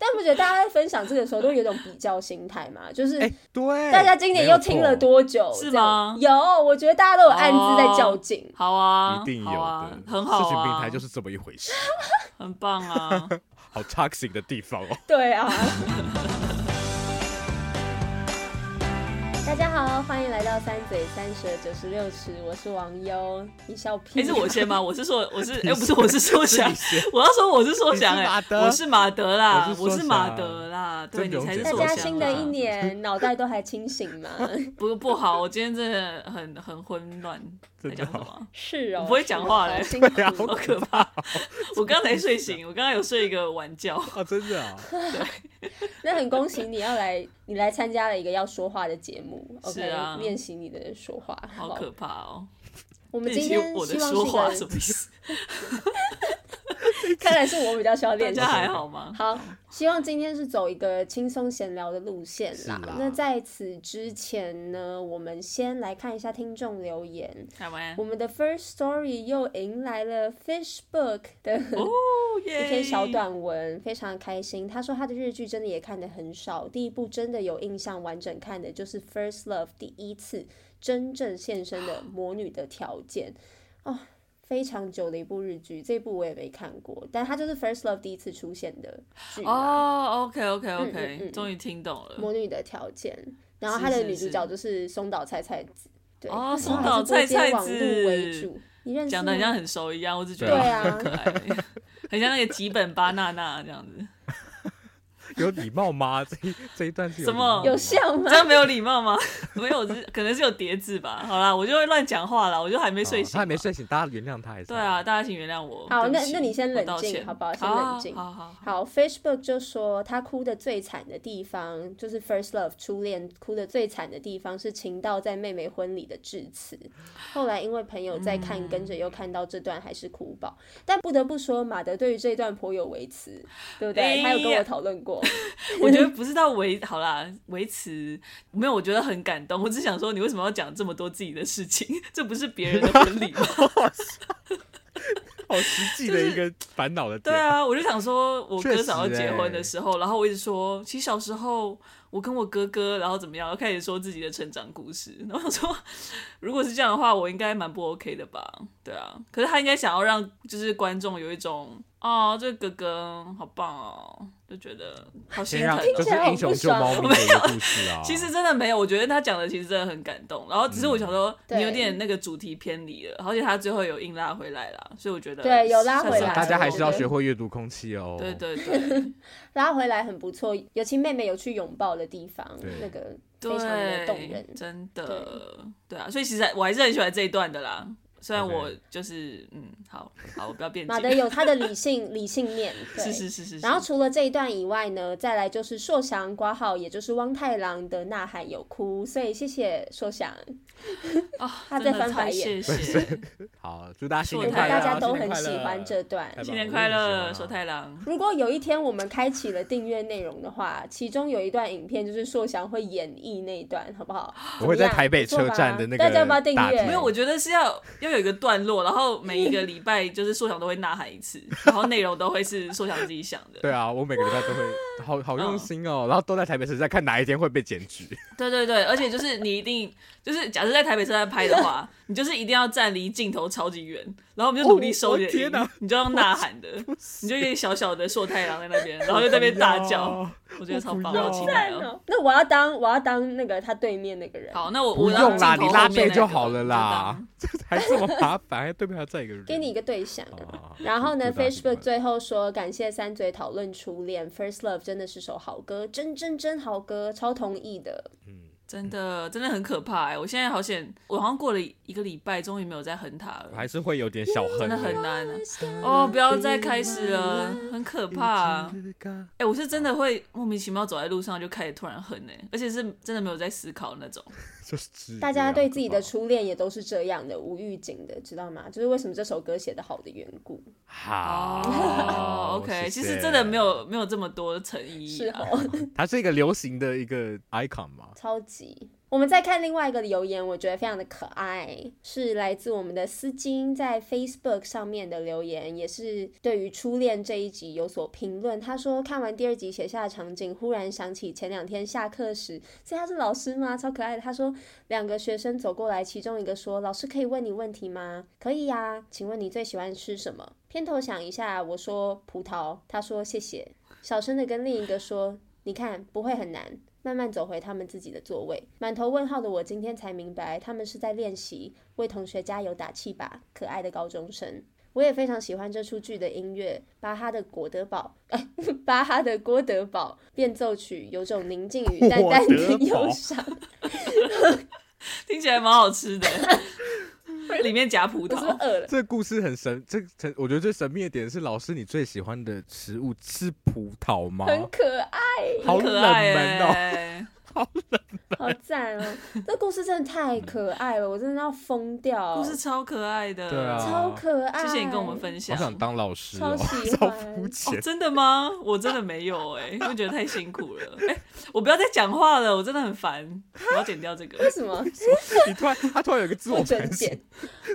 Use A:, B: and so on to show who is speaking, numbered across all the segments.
A: 但不觉得大家在分享这个时候都有一种比较心态嘛？就是
B: 哎，对，
A: 大家今年又听了多久？
C: 是
A: 这样
C: 吗哦
A: 有，我觉得大家都有暗自在较劲。
C: 好啊，
B: 一定有
C: 好
B: 的
C: 啊，，很好啊，
B: 社群平台就是这么一回 事，
C: 很棒 啊。
B: 好 toxic 的地方哦。
A: 对 啊。大家好，欢迎来到三嘴三舌九十六尺，我是王优，你笑屁、
C: 哎，
A: 啊？
C: 是我先吗？我是说，我是 哎，不是，我是说
B: 是
C: 想
B: 你先，
C: 我要说我是说想，
B: 你是马
C: 哎，
B: 德
C: 我是马德啦
B: 我，是
C: 我
B: 说
C: 是马德啦，
B: 真不
C: 对你
B: 用
C: 才是
B: 解
A: 大
B: 释
A: 家
C: 说想啊。
A: 新的一 年脑袋都还清醒 吗？
C: 不不好，我今天真的很很混乱，在
B: 真的
C: 讲什
B: 哦
C: 么啊？
A: 是哦，
C: 我不会讲话嘞
A: 是哦好辛苦
B: 对啊好
C: 好可怕！我刚才睡醒，我刚刚有睡一个晚觉。
B: 啊，真的啊，
A: 那很恭喜你要来，你来参加了一个要说话的节目
C: 是
A: ，OK，
C: 啊
A: 练习你的说话。
C: 好
A: 不
C: 可怕哦！
A: 我们
C: 练
A: 今
C: 习
A: 天希
C: 我
A: 望是
C: 的
A: 一
C: 说话
A: 个
C: 什么意思？
A: 看来是我比较需要
C: 大
A: 练习。
C: 家还好吗？
A: 好，希望今天是走一个轻松闲聊的路线啦
B: 是啦
A: 那在此之前呢，我们先来看一下听众留言。
C: 台湾
A: 我们的 First Story 又迎来了 Fishbook 的
C: 哦
A: 一
C: 耶！
A: 篇小短文，非常开心。他说他的日剧真的也看的很少，第一部真的有印象完整看的就是《First Love》第一次真正现身 的魔女的条件哦，非常久的一部日剧，这部我也没看过，但它就是《First Love》第一次出现的剧啊
C: 哦，OK OK
A: 嗯嗯
C: OK，
A: 嗯
C: 终于听懂了。
A: 魔女的条件》，然后它的
C: 是是
A: 女主角就是松岛菜菜子，对，
C: 哦
A: 那时候还
C: 松
A: 是
C: 岛
A: 播
C: 菜菜
A: 接网路
C: 子
A: 为主，你认识
C: 讲的很像
A: 吗
C: 很熟一样，我只觉
A: 对
C: 得
A: 啊
C: 很，可爱，很像那个吉本巴娜娜这样子，
B: 有礼貌吗？ 这一这一段是有
C: 什么
A: 有
B: 笑
A: 像
C: 这
A: 吗？
C: 样没有礼貌吗？ 没有，是可能是有叠字吧。好啦，我就会乱讲话啦，我就还没睡醒嘛，
B: 哦他还没睡醒，大家原谅他还是？
C: 对啊，，大家请原谅我。
A: 好
C: 对不
A: 那
C: 起
A: 那你先冷
C: 我道
A: 静
C: 歉
A: 好不好先冷静
C: 好好好好
A: 好，Facebook 就说他哭的最惨的地方就是 first love 初恋哭的最惨的地方是情到在妹妹婚礼的致辞，后来因为朋友在看，跟着又看到这段还是哭爆。但不得不说，马德对于这一段颇有微词，对不对？
C: 哎呀
A: 他有跟我讨论过，
C: 我觉得不是到维好啦，维持没有，我觉得很感动。我只想说，你为什么要讲这么多自己的事情？ 这不是别人的婚礼吗？
B: 好实际的一个烦恼的点。
C: 对，啊，我就想说，我
B: 确
C: 哥
B: 实
C: 想要结婚的
B: 欸
C: 时候，然后我一直说，其实小时候我跟我哥哥，然后怎么样，开始说自己的成长故事。 然后我说，如果是这样的话，我应该蛮不 OK 的吧？对啊，可是他应该想要让就是观众有一种，哦，这个哥哥好棒哦，就觉得好心
B: 先
C: 疼
B: 让
C: 哦。
B: 就是英雄救猫咪的一个故事啊。
C: 其实真的没有，我觉得他讲的其实真的很感动。然后只是我想说，
A: 对
B: 嗯
C: 你有点那个主题偏离了，而且他最后有硬拉回来啦，所以我觉得
A: 对有拉
C: 算
A: 回来
B: 大家还是要
A: 我觉得
B: 学会阅读空气哦。
C: 啊对对对
A: 拉回来很不错，尤其妹妹有去拥抱的地方
B: 对，
A: 那个非常的动人
C: 对，。真的对啊，所以其实我还是很喜欢这一段的啦。虽然我就是嗯，好好，我不要辩
A: 马
C: 解
A: 德，有他的理性理性面，对
C: 是是是是，是
A: 然后除了这一段以外呢，再来就是硕祥挂号，也就是汪太郎的呐喊有哭，所以谢谢硕祥，
C: 啊，
A: 他
C: 真
A: 在
C: 的
A: 翻白
C: 太
A: 眼
C: 谢谢，
B: 好，祝大家新
C: 我
B: 年
A: 我们
B: 快
C: 太
B: 乐
A: 大
B: 啊！
A: 家
C: 郎
A: 都
B: 新
A: 很
B: 年快乐
A: 喜欢这段
B: 太。棒
C: 新
B: 了
C: 年快乐，
B: 我
C: 守
B: 也很喜欢啊
C: 太郎。
A: 如果有一天我们开启了订阅内容的话，其中有一段影片就是硕祥会演绎那一段，好不好？
B: 我会
A: 怎
B: 在
A: 么样
B: 台北车站的那
A: 不错吧大家要
B: 个
A: 不要订
B: 大厅
A: 阅？
C: 没有，我觉得是要要有一个段落，然后每一个礼拜就是硕想都会呐喊一次，然后内容都会是硕想自己想的。
B: 对啊，我每个礼拜都会，好
C: 嗯
B: 好用心哦。然后都在台北车站看哪一天会被检举。
C: 对对对，而且就是你一定就是假设在台北车站拍的 话，你就是一定要站离镜头超级远，然后我们就努力收
B: 哦
C: 一点
B: 我天
C: 音，
B: 哪
C: 你就用呐喊 的，你就一个小小的硕太郎在那边，然后就在那边大叫，我觉得超
B: 哦
C: 棒，
B: 我不要
C: 好期待哦。
A: 得那我要当我要当那个他对面那个人，
C: 好，那我
B: 不
C: 我
B: 用啦，
C: 让镜头
B: 你拉
C: 后面
B: 背
C: 那
B: 就
C: 个
B: 好了啦，，这还这么麻烦，还对面还要再一个人。
A: 给你一个对象。
B: 啊，
A: 然后呢
B: 祝大家喜欢
A: ，Facebook 最后说感谢三嘴讨论初恋《First Love》，真的是首好歌，真真真好歌，超同意的。
C: 真的真的很可怕哎、我现在好险，我好像过了一个礼拜，终于没有再恨他了，
B: 还是会有点小恨
C: 真
B: 欸，
C: 的很难啊、哦！不要再开始了，很可怕啊、哎、我是真的会莫名其妙走在路上就开始突然恨哎、而且是真的没有在思考那种。
B: 就是至于
A: 大家
B: 啊
A: 对自己的
B: 好
A: 初恋也都是这样的，无预警的，知道吗？就是为什么这首歌写得好的缘故。
B: 不 好
C: 哦，OK，其 实真的没，有没有这么多诚意、
A: 是
C: 啊。
A: 哦，
B: 谢 谢它是一个流行的一个 icon 嘛，
A: 超级。我们再看另外一个留言，我觉得非常的可爱，是来自我们的丝巾在 Facebook 上面的留言，也是对于初恋这一集有所评论。他说看完第二集写下的场景，忽然想起前两天下课时，所以他是老师吗？超可爱的。他说两个学生走过来，其中一个说：“老师可以问你问题吗？”“可以呀、请问你最喜欢吃什么？”片头想一下，我说葡萄，他说谢谢。小声的跟另一个说：“你看，不会很难。”慢慢走回他们自己的座位，满头问号的我今天才明白，他们是在练习，为同学加油打气吧，可爱的高中生。我也非常喜欢这出剧的音乐，巴哈的《郭德堡》哎 巴哈的《郭德堡》变奏曲有种宁静与淡淡的
B: 郭德堡
A: 忧伤。
C: 听起来蛮好吃的， 里面夹葡
A: 我是不是
C: 萄。
A: 饿了？
B: 这故事很神，这这我觉得最神秘的点是，老师你最喜欢的食物是葡萄吗？
A: 很可爱，
B: 好冷
C: 可爱
B: 门哦、
C: 哎、
A: 好赞哦！这故事真的太可爱了，我真的要疯掉。
C: 嗯故事超可爱的，
B: 对啊
A: 超可爱，
C: 谢谢你跟我们分
B: 好
C: 享。
B: 想当老师
A: 超
B: 哦、
A: 喜
B: 超
A: 欢
B: 肤
C: 哦，
B: 浅。
C: 真的吗？我真的没有哎、因为觉得太辛苦了。哎、我不要再讲话了，我真的很烦。我要剪掉这个
A: 为。什么？
B: 你突然，他突然有一个自我
A: 不准
B: 反省
A: 点。。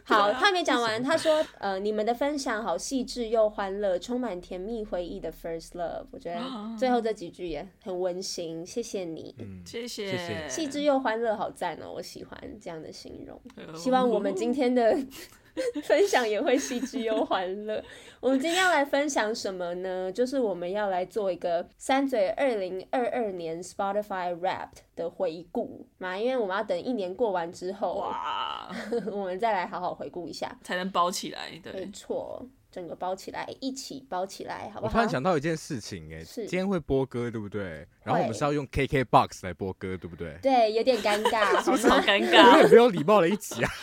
A: 好，他没讲完，他说：“呃，你们的分享好细致又欢乐，充满甜蜜回忆的 first love。”我觉得最后这几句也很温馨，谢谢你，
C: 谢谢，
B: 谢谢
A: 细致又欢乐，好赞哦！我喜欢这样的形容。
C: 呃
A: 希望我们今天的 分享也会细致又欢乐。我们今天要来分享什么呢？就是我们要来做一个三嘴二零二二年 Spotify Wrapped 的回顾嘛，因为我们要等一年过完之后，
C: 哇，
A: 我们再来好好回顾一下。
C: 才能包起来。
A: 没
C: 对，
A: 错，整个包起来，一起包起来，好不
B: 我
A: 好？
B: 突然想到一件事情、哎，
A: 嗯是
B: 今天会播歌对不对？然后我们
A: 会
B: 是要用 KK Box 来播歌对不对？
A: 对，有点尴尬， 好
C: 好
A: 吗？
C: 尴
B: 有
C: 尬。
B: 点没有礼貌的一集啊！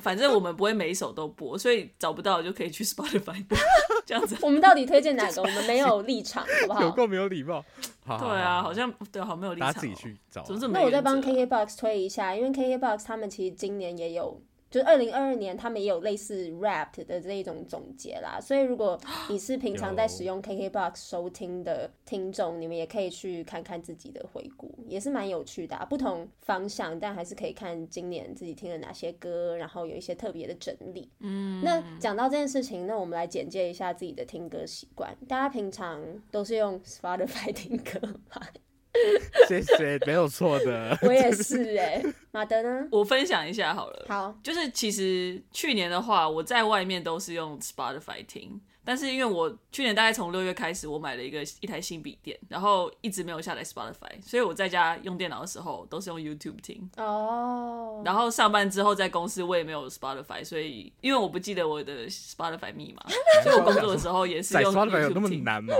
C: 反正我们不会每一首都播，所以找不到就可以去 Spotify 播，这样子。
A: 我们到底推荐哪个？我们没有立场，好不
B: 有
A: 好？
B: 够没有礼貌。好
C: 对啊，好像对，好没有立
B: 大
C: 场、哦。
B: 家自己去找啊、
C: 怎么这么没
A: 那我再帮
C: 原则啊
A: KKBOX 推一下，因为 KKBOX 他们其实今年也有，就是二零二二年他们也有类似 rap 的这一种总结啦。所以如果你是平常在使用 KKBOX 收听的听众，你们也可以去看看自己的回顾，也是蛮有趣的、啊，不同方向，但还是可以看今年自己听了哪些歌，然后有一些特别的整理。嗯，那讲到这件事情，那我们来简介一下自己的听歌习惯。大家平常都是用 Spotify 听歌 吗？
B: 谢谢，没有错的。
A: 我也是哎、马德呢？
C: 我分享一下好了。
A: 好，
C: 就是其实去年的话，我在外面都是用 Spotify 听，但是因为我去年大概从六月开始，我买了一个一台新笔电，然后一直没有下载 Spotify，所以我在家用电脑的时候都是用 YouTube 听。
A: 哦，
C: 然后上班之后在公司我也没有 Spotify，所以因为我不记得我的 Spotify 密 码，所以我工作的时候也是
B: 宰
C: 用
B: 刷的有
C: YouTube
B: 那么
C: 听。
B: 难吗？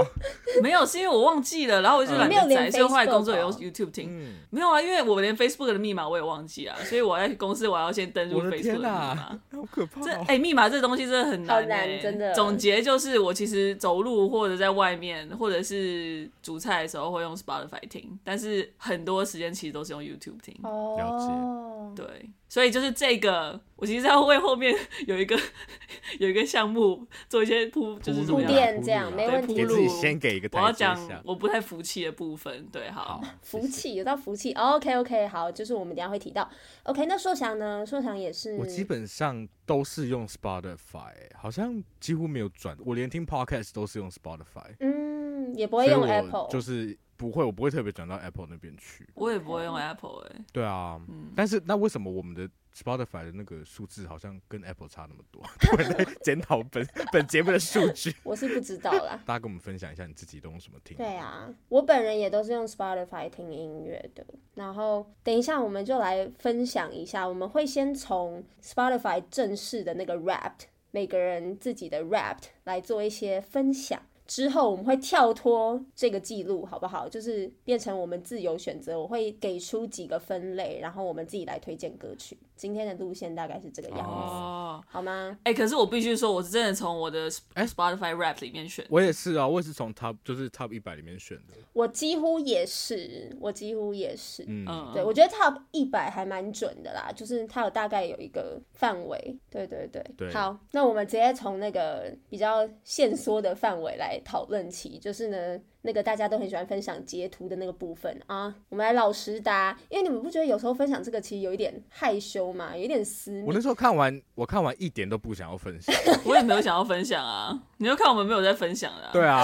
C: 没有，是因为我忘记了，然后我就懒
A: 嗯没有
C: 得
A: 连
C: 载，所以我后来
A: Facebook
C: 工作也
A: 哦
C: 用 YouTube 听。
B: 嗯，
C: 没有啊，因为我连 Facebook 的密码我也忘记啊，所以我在公司我要先登入
B: 我的
C: Facebook 的
B: 天
C: 密
B: 哪、
C: 码。
B: 好可怕、
C: 这
B: 哦！
C: 哎、密码这东西真的很难、欸，
A: 好难真的
C: 总结就是，我其实走路或者在外面，或者是煮菜的时候会用 Spotify 听，但是很多时间其实都是用 YouTube 听。
A: 哦，
B: 了
A: 解，
C: 对，所以就是这个，我其实要为后面有一个 有一个项目做一些铺，就是怎
A: 铺
C: 么
B: 路啊
C: 样？
A: 垫这样
B: 铺路啊
A: 没问题。
B: 给
C: 对
B: 自己先给一个
C: 我要
B: 台阶
C: 讲
B: 下。
C: 我不太服气的部分。对，好，
A: 福气有到福气、o k OK，好，就是我们等一下会提到。OK，那硕翔呢？硕翔也是，
B: 我基本上都是用 Spotify，好像几乎没有转，我连听 Podcast 都是用 Spotify，
A: 嗯，也不
B: 所
A: 会
B: 以
A: 用
B: 我
A: Apple，
B: 就是不会，我不会特别转到 Apple 那边去。
C: 我也不会
A: 哦
C: 用 Apple 哎、
B: 对啊，
A: 嗯
B: 但是那为什么我们的 Spotify 的那个数字好像跟 Apple 差那么多？ 我在检讨本 本节目的数据。。
A: 我是不知道啦
B: 大家跟我们分享一下你自己都用什么听？
A: 对，啊，我本人也都是用 Spotify 听音乐的。然后等一下我们就来分享一下，我们会先从 Spotify 正式的那个 Wrapped 每个人自己的 Wrapped 来做一些分享。之后我们会跳脱这个记录，好不好？就是变成我们自由选择，我会给出几个分类，然后我们自己来推荐歌曲。今天的路线大概是这个样子，
C: 哦，
A: 好吗？
C: 哎、可是我必须说，我是真的从我的 Spotify Rap 里面选。
B: 哎我也是啊，我也是从 top 就是 top 一百里面选的，
A: 我几乎也是，我几乎也是。
B: 嗯，
C: 嗯，
A: 对，我觉得 top 一百还蛮准的啦，就是它有大概有一个范围。对对对，
B: 对
A: 好，那我们直接从那个比较限缩的范围来讨论起，就是呢，那个大家都很喜欢分享截图的那个部分啊，我们来老实答，因为你们不觉得有时候分享这个其实有一点害羞嘛，有一点私密
B: 我。那时候看完，我看完一点都不想要 分享。
C: 我也没有想要分享啊。你就看我们没有在分享的、啊。
B: 对 啊，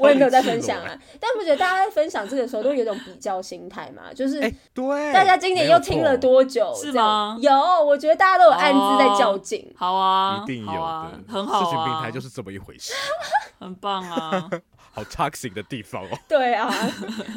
A: 我也没有在分享啊，但不觉得大家在分享这个时候都有一种比较心态嘛？就是
B: 哎、对，
A: 大家今年又听了多久？
C: 是
A: 这样
C: 吗
A: 有，我觉得大家都有暗自在较
C: 哦
A: 劲。
C: 好啊，
B: 一定有
C: 好
B: 的，
C: 啊，很好啊，
B: 社群平台就是这么一回事，
C: 很棒啊。
B: 好 toxic 的地方哦。
A: 对啊，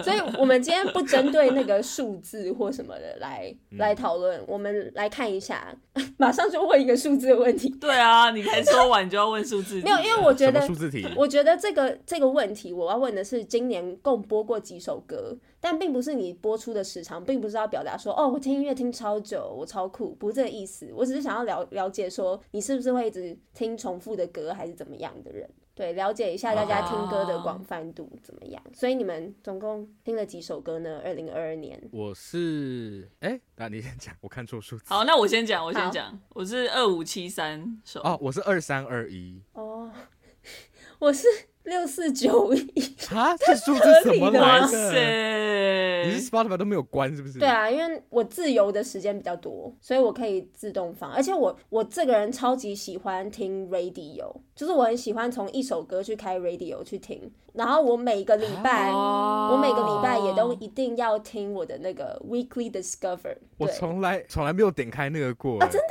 A: 所以我们今天不针对那个数字或什么的来、
B: 嗯
A: 来讨论，我们来看一下， 马上就问一个数字的问题。
C: 对啊，你才说完就要问数字，
A: 没有，因为我觉
B: 什么
A: 得
B: 数字题？
A: 我觉得这个这个问题，我要问的是今年共播过几首歌，但并不是你播出的时长，并不是要表达说哦，我听音乐听超久，我超酷，不是这个意思。我只是想要了了解说你是不是会一直听重复的歌，还是怎么样的人。对，了解一下大家听歌的广泛度怎么样。所以你们总共听了几首歌呢？二零二二年，
B: 我是哎、那你先讲，我 看错数字。
C: 好，那我先讲，我
A: 好
C: 先讲，我是二五七三首。
B: 哦，我是二三二一
A: 哦， 我是六四九一。
B: 啊，这数字怎么来
C: 哇
B: 的？
C: 塞！
B: 你是 Spotify 都没有关是不是？
A: 对，啊，因为我自由的时间比较多，所以我可以自动放。而且我我这个人超级喜欢听 radio，就是我很喜欢从一首歌去开 radio 去听。然后我每个礼拜，
C: 哦
A: 我每个礼拜也都
B: 哦
A: 一定要听我的那个 weekly discover。
B: 我
A: 对，
B: 从来从来没有点开那个过、啊，真的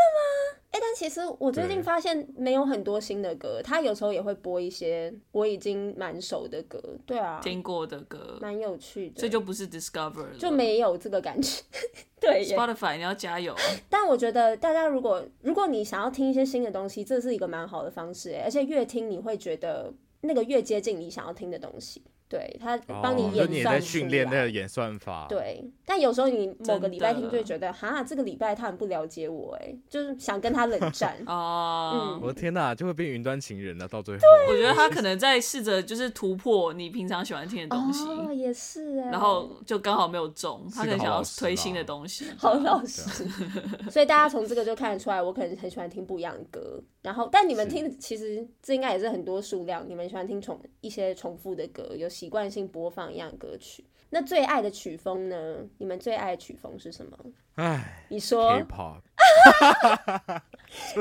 A: 哎、但其实我最近
B: 对
A: 发现没有很多新的歌，他有时候也会播一些我已经蛮熟的歌。对啊，
C: 听过的歌，
A: 蛮有趣的，
C: 所以就不是 Discover 了，
A: 就没有这个感觉。 对耶，
C: Spotify，你要加油。
A: 但我觉得大家如果如果你想要听一些新的东西，这是一个蛮好的方式欸，而且越听你会觉得那个越接近你想要听的东西，对它帮
B: 哦你
C: 哦
A: 演
B: 也
A: 算
B: 在
A: 出
B: 训
A: 来。
B: 练那个演算法。，
A: 对，但有时候你某个礼拜
C: 真
A: 听
C: 的。
A: 就会觉得，哈，这个礼拜他很不了解我，哎，就是想跟他冷战 嗯
C: 哦、
B: 我的天哪、就会变云端情人了，啊到最后。
C: 我觉得他可能在试着就是突破你平常喜欢听的东西，
A: 哦，也是哎。
C: 然后就刚好没有中，他可能想要推新的东西。
A: 好老实，
B: 啊
A: 所以大家从这个就看得出来，我可能很喜欢听不一样的歌。然后，但你们
B: 是
A: 听的，其实这应该也是很多数量，你们喜欢听重一些重复的歌，有习惯性播放一样的歌曲。那最爱的曲风呢？你们最爱的曲风是什么？
B: 唉
A: 你 说，
B: ，K-pop，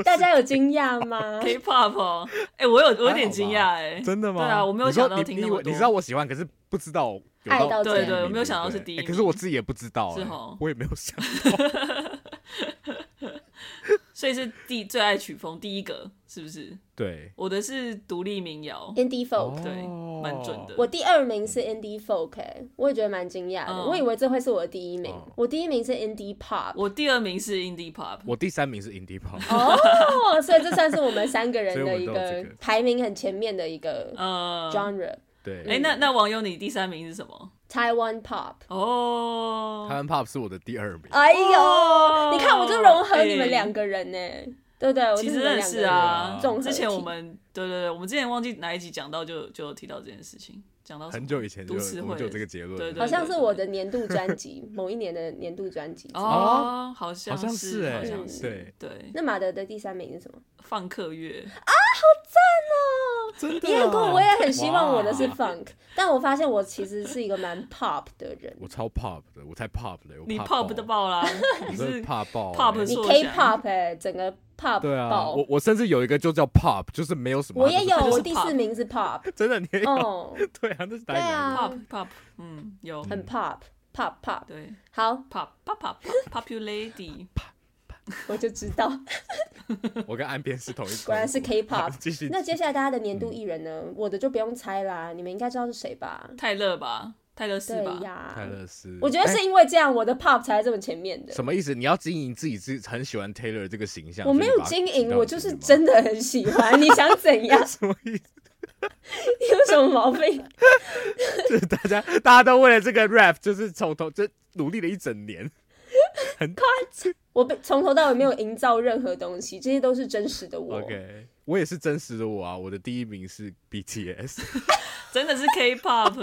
A: 大家有惊讶吗？
C: K-pop，哦哎、我有我有点惊讶哎，
B: 真的吗？
C: 对啊我没有
B: 你说
C: 想到
B: 你
C: 听
B: 你
C: 那
B: 以
C: 么
B: 为你
C: 多
B: 知道我喜欢，可是不知道有
A: 爱到
B: 第
A: 对
B: 一
A: 对
B: 名
C: 我没有想到
B: 对
C: 是
B: 不对
C: 第一
B: 哎可是我
C: 名
B: 自己也不知道、
C: 是
B: 哎
C: 哦
B: 我也没有想 到。
C: 所以是第最爱曲风第一个是不是？
B: 对，
C: 我的是独立民谣，
A: Indie folk，、
C: 对
B: 哦
C: 蛮准的
A: 我第二名是 Indie folk，、欸、我也觉得蛮惊讶的。
C: 嗯
A: 我以为这会是我的第一名，
B: 哦
A: 我第一名是 Indie pop。
C: 我第二名是 Indie Pop，
B: 我第三名是 indie pop，
A: 哦，所以这算是我们三个人
B: 所以我
A: 的
B: 们
A: 一
B: 都有
A: 个
B: 这个
A: 排名很前面的一个
C: 呃，
A: genre。
B: 对，
C: 哎、那那网友你第三名是什么？
A: Taiwan Pop。
C: 哦
B: 台，湾 pop 是我的第二名。
A: 哎呦，
C: 哦
A: 你看我就融合你们
C: 哎
A: 两个人呢、对不对？我就
C: 其
A: 是
C: 实
A: 你们
C: 认
A: 两个
C: 识
A: 人
C: 啊，
A: 综合体
C: 之前我们对对对，我们之前忘记哪一集讲到就就有提到这件事情，讲到什么
B: 很久以前就
C: 哦都市
B: 有我
C: 会
B: 们就有这个结论了，
C: 对对
A: 好像是我的年度专辑，某一年的年度专辑。
C: 哦，好
B: 好
C: 像
B: 像
C: 是
B: 哎、
C: 好像是
B: 对，
C: 对
A: 那马德的第三名是什么？
C: 放课乐，
B: 真的、啊
C: 啊
A: 因为我也很希望我的是
B: 哇
A: funk，但我发现我其实是一个蛮 pop 的人。
B: 我超 pop 的，我太 pop 哦了，我
C: 你
B: 怕
C: pop 的，爆啦，
B: 我
C: 你
B: 真的
C: 是
B: 怕爆
C: pop
B: 哎
A: 你
C: 是
A: K-pop 哎、整个 pop
B: 对啊，
A: 爆
B: 我我甚至有一个就叫 pop，就是没有什么，
A: 我也有，
B: 它就
A: 我
B: 是
A: 第
C: 就是
A: 四名是 pop，
B: 真的你也有，
A: 哦，
B: 对啊，那是
A: 对
B: 哪里
A: 啊
C: pop pop，嗯，有
A: 很 pop pop pop。
C: 对
A: 好，
C: pop pop pop popular lady，
A: 我就知道，
B: 来的？我跟岸边是同一，
A: 啊果然是 K-pop
B: 好。继续嗯
A: 那接下来大家的年度艺人呢？我的就不用猜啦，你们应该知道是谁吧？
C: 泰勒吧，泰勒斯
A: 对
C: 吧？
A: 呀，
B: 泰勒斯，
A: 啊我觉得
B: 哎
A: 是因为这样，我的 pop 才在这么前面的。
B: 什么意思？你要经营自己是很喜欢 Taylor 这个形象，
A: 我
B: 所
A: 没
B: 以你
A: 有
B: 把它
A: 经
B: 挤
A: 营，
B: 到
A: 我
B: 前
A: 就是
B: 面吗
A: 真的很喜 欢。你想怎样？
B: 什么意思？
A: 你有什么毛病？
B: 就是大家大家都为了这个 rap，就是从头就努力了一整年。
A: 我被从头到尾没有营造任何东西，这些都是真实的我。
B: OK，我也是真实的我啊，我的第一名是 BTS，
C: 真的是 K-pop，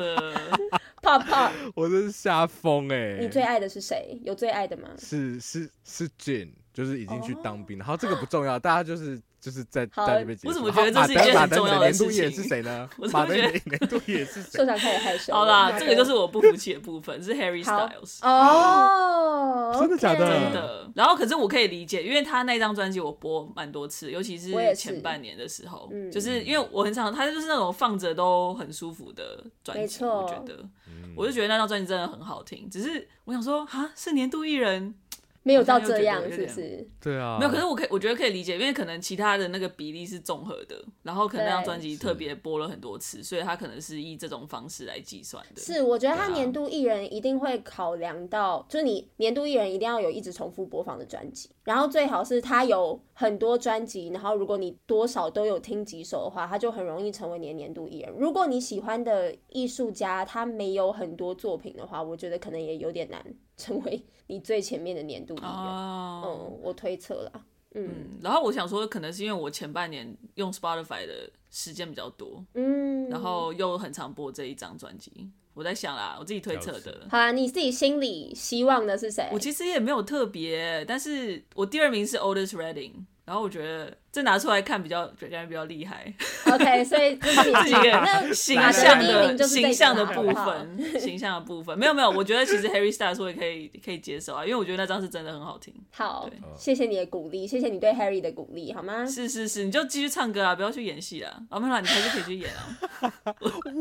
A: 泡泡，
B: 我真是吓疯哎！
A: 你最爱的是谁？有最爱的吗？
B: 是是是 Jin，就是已经
C: 哦
B: 去当兵了。然后这个不重要，大家就是就是在
A: 好
B: 在那边解释。
C: 我怎么
B: 好
C: 觉得这是一件
B: 马
C: 很
B: 丹
C: 重要
B: 马
C: 的
B: 丹年度
C: 事情
B: 也是谁呢
C: 我？怎
B: 马
C: 么
B: 丹
C: 觉得
B: 年度也是谁
A: 社？长开始害羞了。
C: 好啦，
A: 好的
C: 这个就是我不服气的部分，是 Harry
A: 好
C: Styles。
A: 哦，
B: 真的假的
A: OK
C: 真的，然后可是我可以理解，因为他那张专辑我播蛮多次，尤其是
A: 我也是
C: 前半年的时候，
A: 嗯
C: 就是因为我很常，他就是那种放着都很舒服的专
A: 没
C: 辑，
A: 错
C: 我觉得，我就觉得那张专辑真的很好听，只是我想说，哈，是年度艺人，
A: 没有到这样，
C: 好像
A: 是
C: 有
A: 不是？
B: 对啊，
C: 没有，可是我可以，我觉得可以理解，因为可能其他的那个比例是综合的，然后可能那张
A: 对
C: 专辑特别播了很多次，所以他可能是以这种方式来计算的。
A: 是，我觉得他
C: 对啊
A: 年度艺人一定会考量到，就是你年度艺人一定要有一直重复播放的专辑，然后最好是他有很多专辑，然后如果你多少都有听几首的话，他就很容易成为你的年度艺人。如果你喜欢的艺术家他没有很多作品的话，我觉得可能也有点难 成为你最前面的年度艺人。
C: 哦，
A: 嗯，我推测啦，嗯
C: 嗯，然后我想说，可能是因为我前半年用 Spotify 的时间比较多，
A: 嗯，
C: 然后又很常播这一张专辑。我在想啦，我自己推测
B: 了
C: 的。
A: 好啦，你自己心里希望的是谁？
C: 我其实也没有特别，但是我第二名是 Oldest Reading，然后我觉得这拿出来看比较感觉比较 厉害，
A: OK，所以这是你
C: 自己给
A: 那
C: 形
A: 马
C: 象
A: 德第一名
C: 的
A: 就是这个
C: 形象的
A: 啦
C: 部，
A: 好不好
C: 分，形象的部分没有没有，我觉得其实 Harry Styles 我也可以可以接受啊，因为我觉得那张是真的很好听。
A: 好
C: 对，
A: 谢谢你的鼓励，谢谢你对 Harry 的鼓励，好吗？
C: 是是是，你就继续唱歌啊，不要去演戏啊。啊，没有啦，你还是可以去演啊。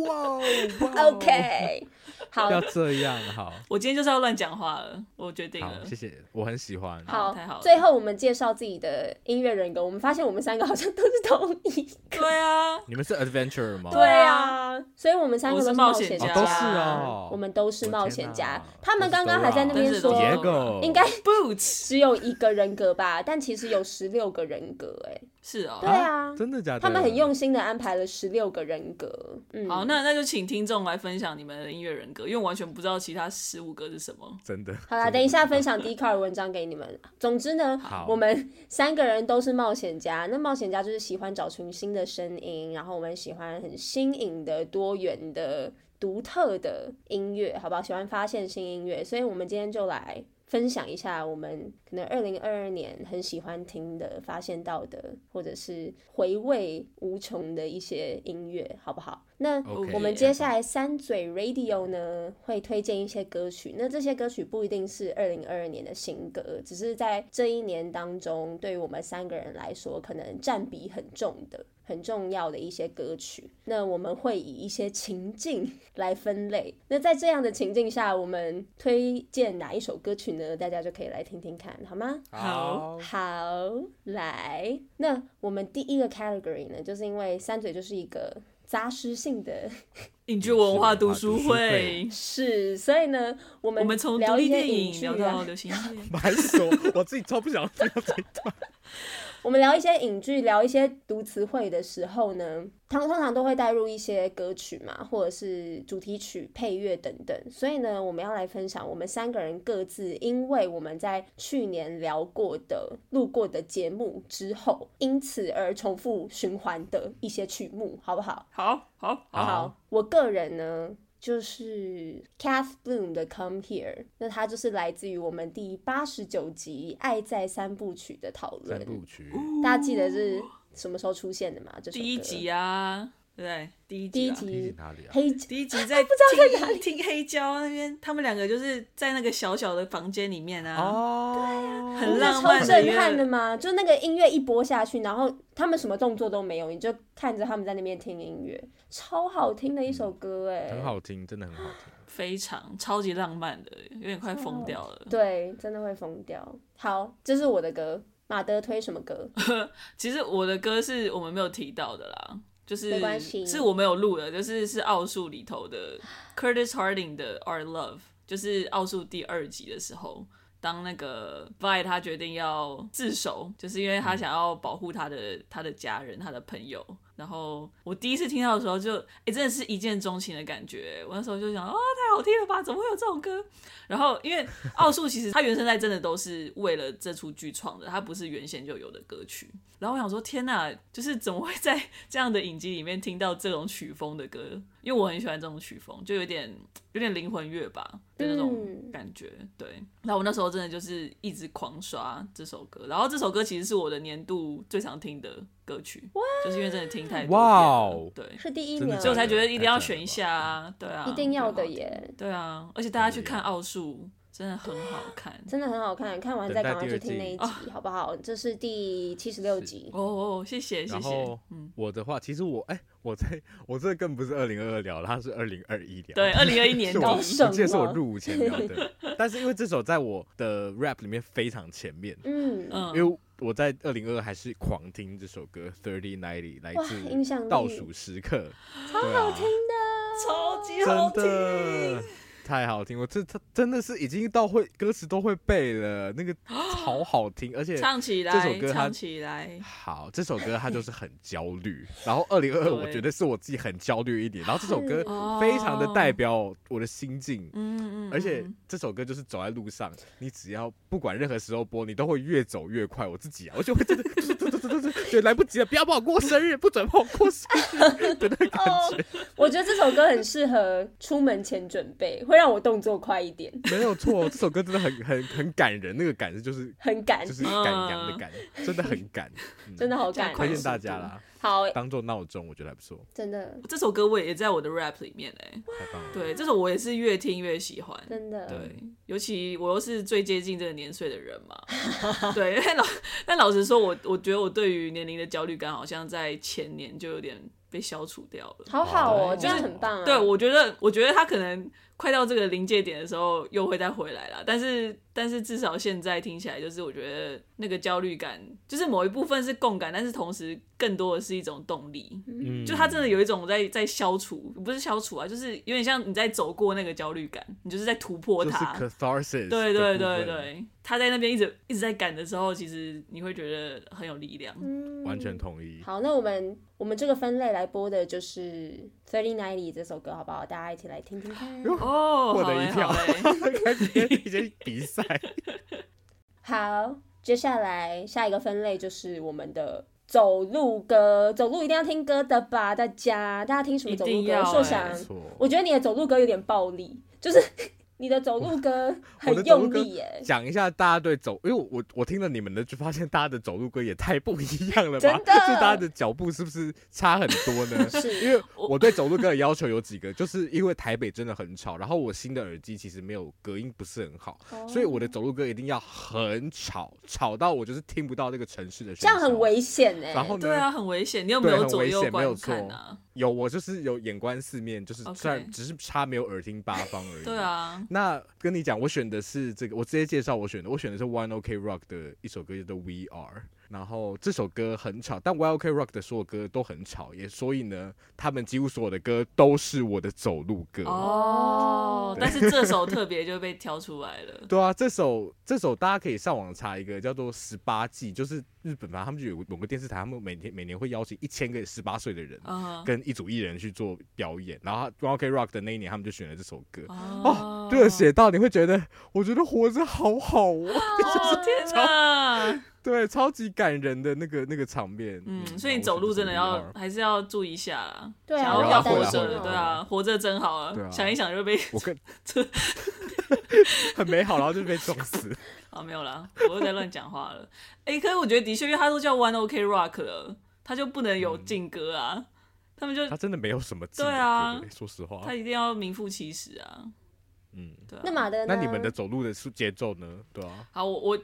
B: 哇哦哇
A: OK，好
B: 要这样好，
C: 我今天就是要乱讲话了，我决定
B: 好
C: 了
B: 谢。谢，我很喜欢。
A: 好
C: 太好了
A: 最后我们介绍自己的音乐人格，我们发现我们三个好像都是同 一个。
C: 对啊，
B: 你们是 adventure 吗？
A: 对啊，所以我们三个
C: 我
A: 都
C: 是
A: 冒
C: 冒险
A: 险
C: 家
B: 哦都是哦
A: 我们都是
B: 我
A: 冒
B: 天
A: 险
B: 哪
A: 家
B: 都。
A: 他们
B: 是啊
A: 刚刚
B: 都
A: 还在
B: 啊
A: 那
C: 但
A: 边
C: 是都
A: 说
C: 是，
B: 野狗
A: 应该
C: Boots
A: 只有一个人格吧，但其实有十六个人格，哎，
C: 是哦
A: 对。啊，
B: 真的假的？
A: 他们很用心的安排了十六个人格。嗯，
C: 好，那那就请听众来分享你们的音乐人格，因为我完全不知道其他十五个是什么。
B: 真的。
A: 好啦，等一下分享 d 卡尔文章给你们。总之呢
B: 好，
A: 我们三个人都是冒险家。那冒险家就是喜欢找寻新的声音，然后我们喜欢很新颖的、多元的、独特的音乐，好不好？喜欢发现新音乐，所以我们今天就来分享一下我们可能二零二二年很喜欢听的、发现到的，或者是回味无穷的一些音乐，好不好？那
B: OK 嗯
A: 我们接下来三嘴 Radio 呢会推荐一些歌曲，那这些歌曲不一定是二零二二年的新歌，只是在这一年当中，对于我们三个人来说，可能占比很重的、很重要的一些歌曲。那我们会以一些情境来分类。那在这样的情境下，我们推荐哪一首歌曲呢？大家就可以来听听看，好吗？
C: 好
A: 好，来，那我们第一个 category 呢，就是因为三嘴就是一个杂食性的
C: 影剧文化读书
B: 影剧文化读书会
C: 会，
A: 事，所以呢，我们
C: 我们从独
A: 聊一
C: 立
A: 些
C: 电
A: 影
C: 影
A: 剧
C: 聊到
A: 啊，
C: 流行 音乐。
B: 白手，我自己超不想听到这一段。
A: 我们聊一些影剧，聊一些读词汇的时候呢，通通常都会带入一些歌曲嘛，或者是主题曲、配乐等等。所以呢，我们要来分享我们三个人各自，因为我们在去年聊过的、录过的节目之后，因此而重复循环的一些曲目，好不好？
C: 好好好，
A: 好，我个人呢就是 Cath Bloom 的《Come Here》，那它就是来自于我们第八十九集《爱在三部曲》的讨
B: 三
A: 论。
B: 部 曲，
A: 大家记得是什么时候出现的吗？这首歌
C: 第一集啊，对不对，第一
A: 第
C: 集
A: 一集
B: 第一集
C: 啊，
B: 哪里啊？
A: 黑集
C: 第一集在不知道在哪里听黑胶那边，他们两个就是在那个小小的房间里面啊，
B: 哦，
C: 很
A: 那
C: 浪
A: 超
C: 漫的
A: 震
C: 音乐
A: 撼的嘛！就那个音乐一播下去，然后他们什么动作都没有，你就看着他们在那边听音乐，超好听的一首歌哎、
B: 嗯很。好听，真的很好听。
C: 非常超级浪漫的，有点快疯
A: 哦
C: 掉了。
A: 对，真的会疯掉。好，这是我的歌。马德推什么歌？
C: 其实我的歌是我们没有提到的啦，就是
A: 没关系
C: 是我没有录的，就是是奥数里头的 Curtis Harding 的《Our Love》，就是奥数第二集的时候，当那个 Vi 他决定要自首，就是因为他想要保护他的他的家人、他的朋友。然后我第一次听到的时候就，哎、真的是一见钟情的感觉。我那时候就想，哦，太好听了吧，怎么会有这种歌？然后因为奥数其实它原声带真的都是为了这出剧创的，它不是原先就有的歌曲。然后我想说，天呐，就是怎么会在这样的影集里面听到这种曲风的歌？因为我很喜欢这种曲风，就有点有点灵魂乐吧的那种
A: 嗯
C: 感觉。对，那我那时候真的就是一直狂刷这首歌，然后这首歌其实是我的年度最常听的歌曲，就是因为真的听太多遍
B: 哇
C: 了
B: 哦，
C: 对，
A: 是第一
B: 真
A: 名，
B: 的
A: 啊
C: 所以我才觉得一定要
B: 太赞
C: 选一下啊，对啊，
A: 一定要的
C: 对啊
A: 耶，
C: 对啊，而且大家去看奥数真的很好看。
A: 真的很好
C: 嗯
A: 看，看完
B: 等
A: 再
B: 待
A: 赶快
B: 第
A: 去
B: 二
A: 听那一
B: 季
A: 集，好不好？这是第七十六集，
C: 哦哦，谢谢谢
B: 然
C: 谢
B: 后，
C: 嗯，
B: 我的话，其实我哎、我在 我这更不是二零二二聊的，它是二零二一聊。
C: 对，二零二一 年
B: 是
C: 底
B: 我，
A: 搞
B: 我
A: 什么
B: 记得是我入 伍前聊的，但是因为这首在我的 rap 里面非常前面，
A: 嗯，
C: 嗯，
B: 因为我在二零二还是狂听这首歌《Thirty Ninety》，来
A: 哇影响
B: 自
A: 力
B: 倒数时刻，超
A: 好听
C: 超级好
B: 真
C: 听，
B: 的太好听！我这它真的是已经到会歌词都会背了，那个好好听，而且
C: 唱起
B: 这首
C: 来，
B: 歌它
C: 唱起来，
B: 好，这首歌它就是很焦虑。然后二零二二，
C: 对
B: 我觉得是我自己很焦虑一点。然后这首歌
C: 嗯
B: 非常的代表我的心境，
C: 嗯嗯，
B: 而且
C: 嗯
B: 这首歌就是走在路上，你只要不管任何时候播，你都会越走越快。我自己啊，我就会真的对来不及了，不要帮我过生日，不准帮我过生日的那个 感
A: 哦
B: 觉。，
A: 我觉得这首歌很适合出门前准备，会让我动作快一点，
B: 没有错，这首歌真的很很很感人，那个感是就是
A: 很赶
B: 就，是感扬的感，真的很感，嗯
A: 真的好赶哦
C: 加。快
B: 推荐大家啦，
A: 好，
B: 当做闹钟，我觉得还不错，
A: 真的
C: 嗯这首歌我也在我的 rap 里面哎，
B: 太棒了。
C: 对，这首我也是越听越喜欢，
A: 真的，
C: 对，尤其我又是最接近这个年岁的人 嘛，对，但老但老实说我，我觉得我对于年龄的焦虑感好像在前年就有点被消除掉了。
A: 好好哦，
B: 对
A: 这样很棒
B: 嗯
A: 啊。
C: 对，我觉得，我觉得他可能快到这个临界点的时候又会再回来啦。但是，但是至少现在听起来，就是我觉得那个焦虑感，就是某一部分是共感，但是同时更多的是一种动力。
B: 嗯
C: 就它真的有一种在在消除，不是消除啊，就是有点像你在走过那个焦虑感，你就是在突破
B: 就是
C: 它。
B: catharsis，
C: 对
B: 的
C: 对
B: 部
C: 对
B: 分，
C: 对，他在那边一直一直在赶的时候，其实你会觉得很有力量。
B: 嗯完全同意。
A: 嗯好，那我们我们这个分类来播的就是《Thirty Ninety》这首歌，好不好？大家一起来听听看。
C: 哦，
B: 获
C: 好
B: 得
C: 嘞
B: 一票
C: 好 嘞
B: 开始一些比赛，
A: 好，接下来下一个分类就是我们的走路歌，走路一定要听歌的吧？大家，大家听什么走
C: 一
A: 路
C: 定
A: 歌？
C: 要
A: 硕
C: 欸
A: 翔
B: 没，错。
A: 我觉得你的走路歌有点暴力，就是你的走路歌
B: 我的
A: 很
B: 走路
A: 用
B: 歌
A: 力耶、
B: 讲一下大家对走，因为我我听了你们的，就发现大家的走路歌也太不一样了吧？
A: 真的
B: 就大家的脚步是不是差很多 呢？
A: 是
B: 因为我对走路歌的要求有几个，就是因为台北真的很吵，然后我新的耳机其实没有隔音不是很好，所以我
A: 哦
B: 的走路歌一定要很吵，吵到我就是听不到那个城市的声。
A: 这样很。危险哎、
B: 然后呢？
C: 对啊，很危险。你有没
B: 对
C: 有
B: 很
C: 左
B: 危
C: 右
B: 险没有
C: 观
B: 错
C: 看啊？
B: 有我就是有眼观四面，就是
C: OK
B: 虽然只是差没有耳听八方而已。
C: 对。啊，
B: 那跟你讲，我选的是这个，我直接介绍我选的，我选的是 One OK Rock 的一首歌叫做《We Are》，然后这首歌很吵，但 One OK Rock 的所有歌都很吵，也所以呢，他们几乎所有的歌都是我的走路歌。
C: 哦，但是这首特别就被挑出来 了。
B: 对啊，这首这首大家可以上网查一个叫做《十八季》，就是日本吧，他们就有某个电视台，他们每天每年会邀请一千个十八岁的人，
C: 嗯哼，
B: 跟一组艺人去做表演，然后他 One OK Rock 的那一年，他们就选了这首歌，
C: 哦
B: 热血到你会觉得，我觉得活着好好哦，
C: 哦天哪！
B: 对，超级感人的那个那个场面。
C: 嗯，所以走路真的
B: 我
C: 要
B: 选这首歌
C: 还是要注意一下啦。
A: 对啊
C: 想要
B: 要
C: 要
B: 会
C: 活
B: 啦会
C: 着，
B: 啦
C: 对啊，活着真好
B: 对啊
C: 啊。想一想就被
B: 我跟
C: 这
B: 很美好，然后就被撞死。
C: 啊，没有啦，我又在乱讲话了。哎、可是我觉得的确，因为他都叫 One OK Rock 了，他就不能有劲歌啊，他们就
B: 他真的没有什么劲
C: 对啊
B: 歌说实话
C: 他，一定要名副其实啊。
B: 嗯，
C: 对啊。
A: 那马德呢？
B: 那你们的走路的速节奏呢？对啊，
C: 好，我 我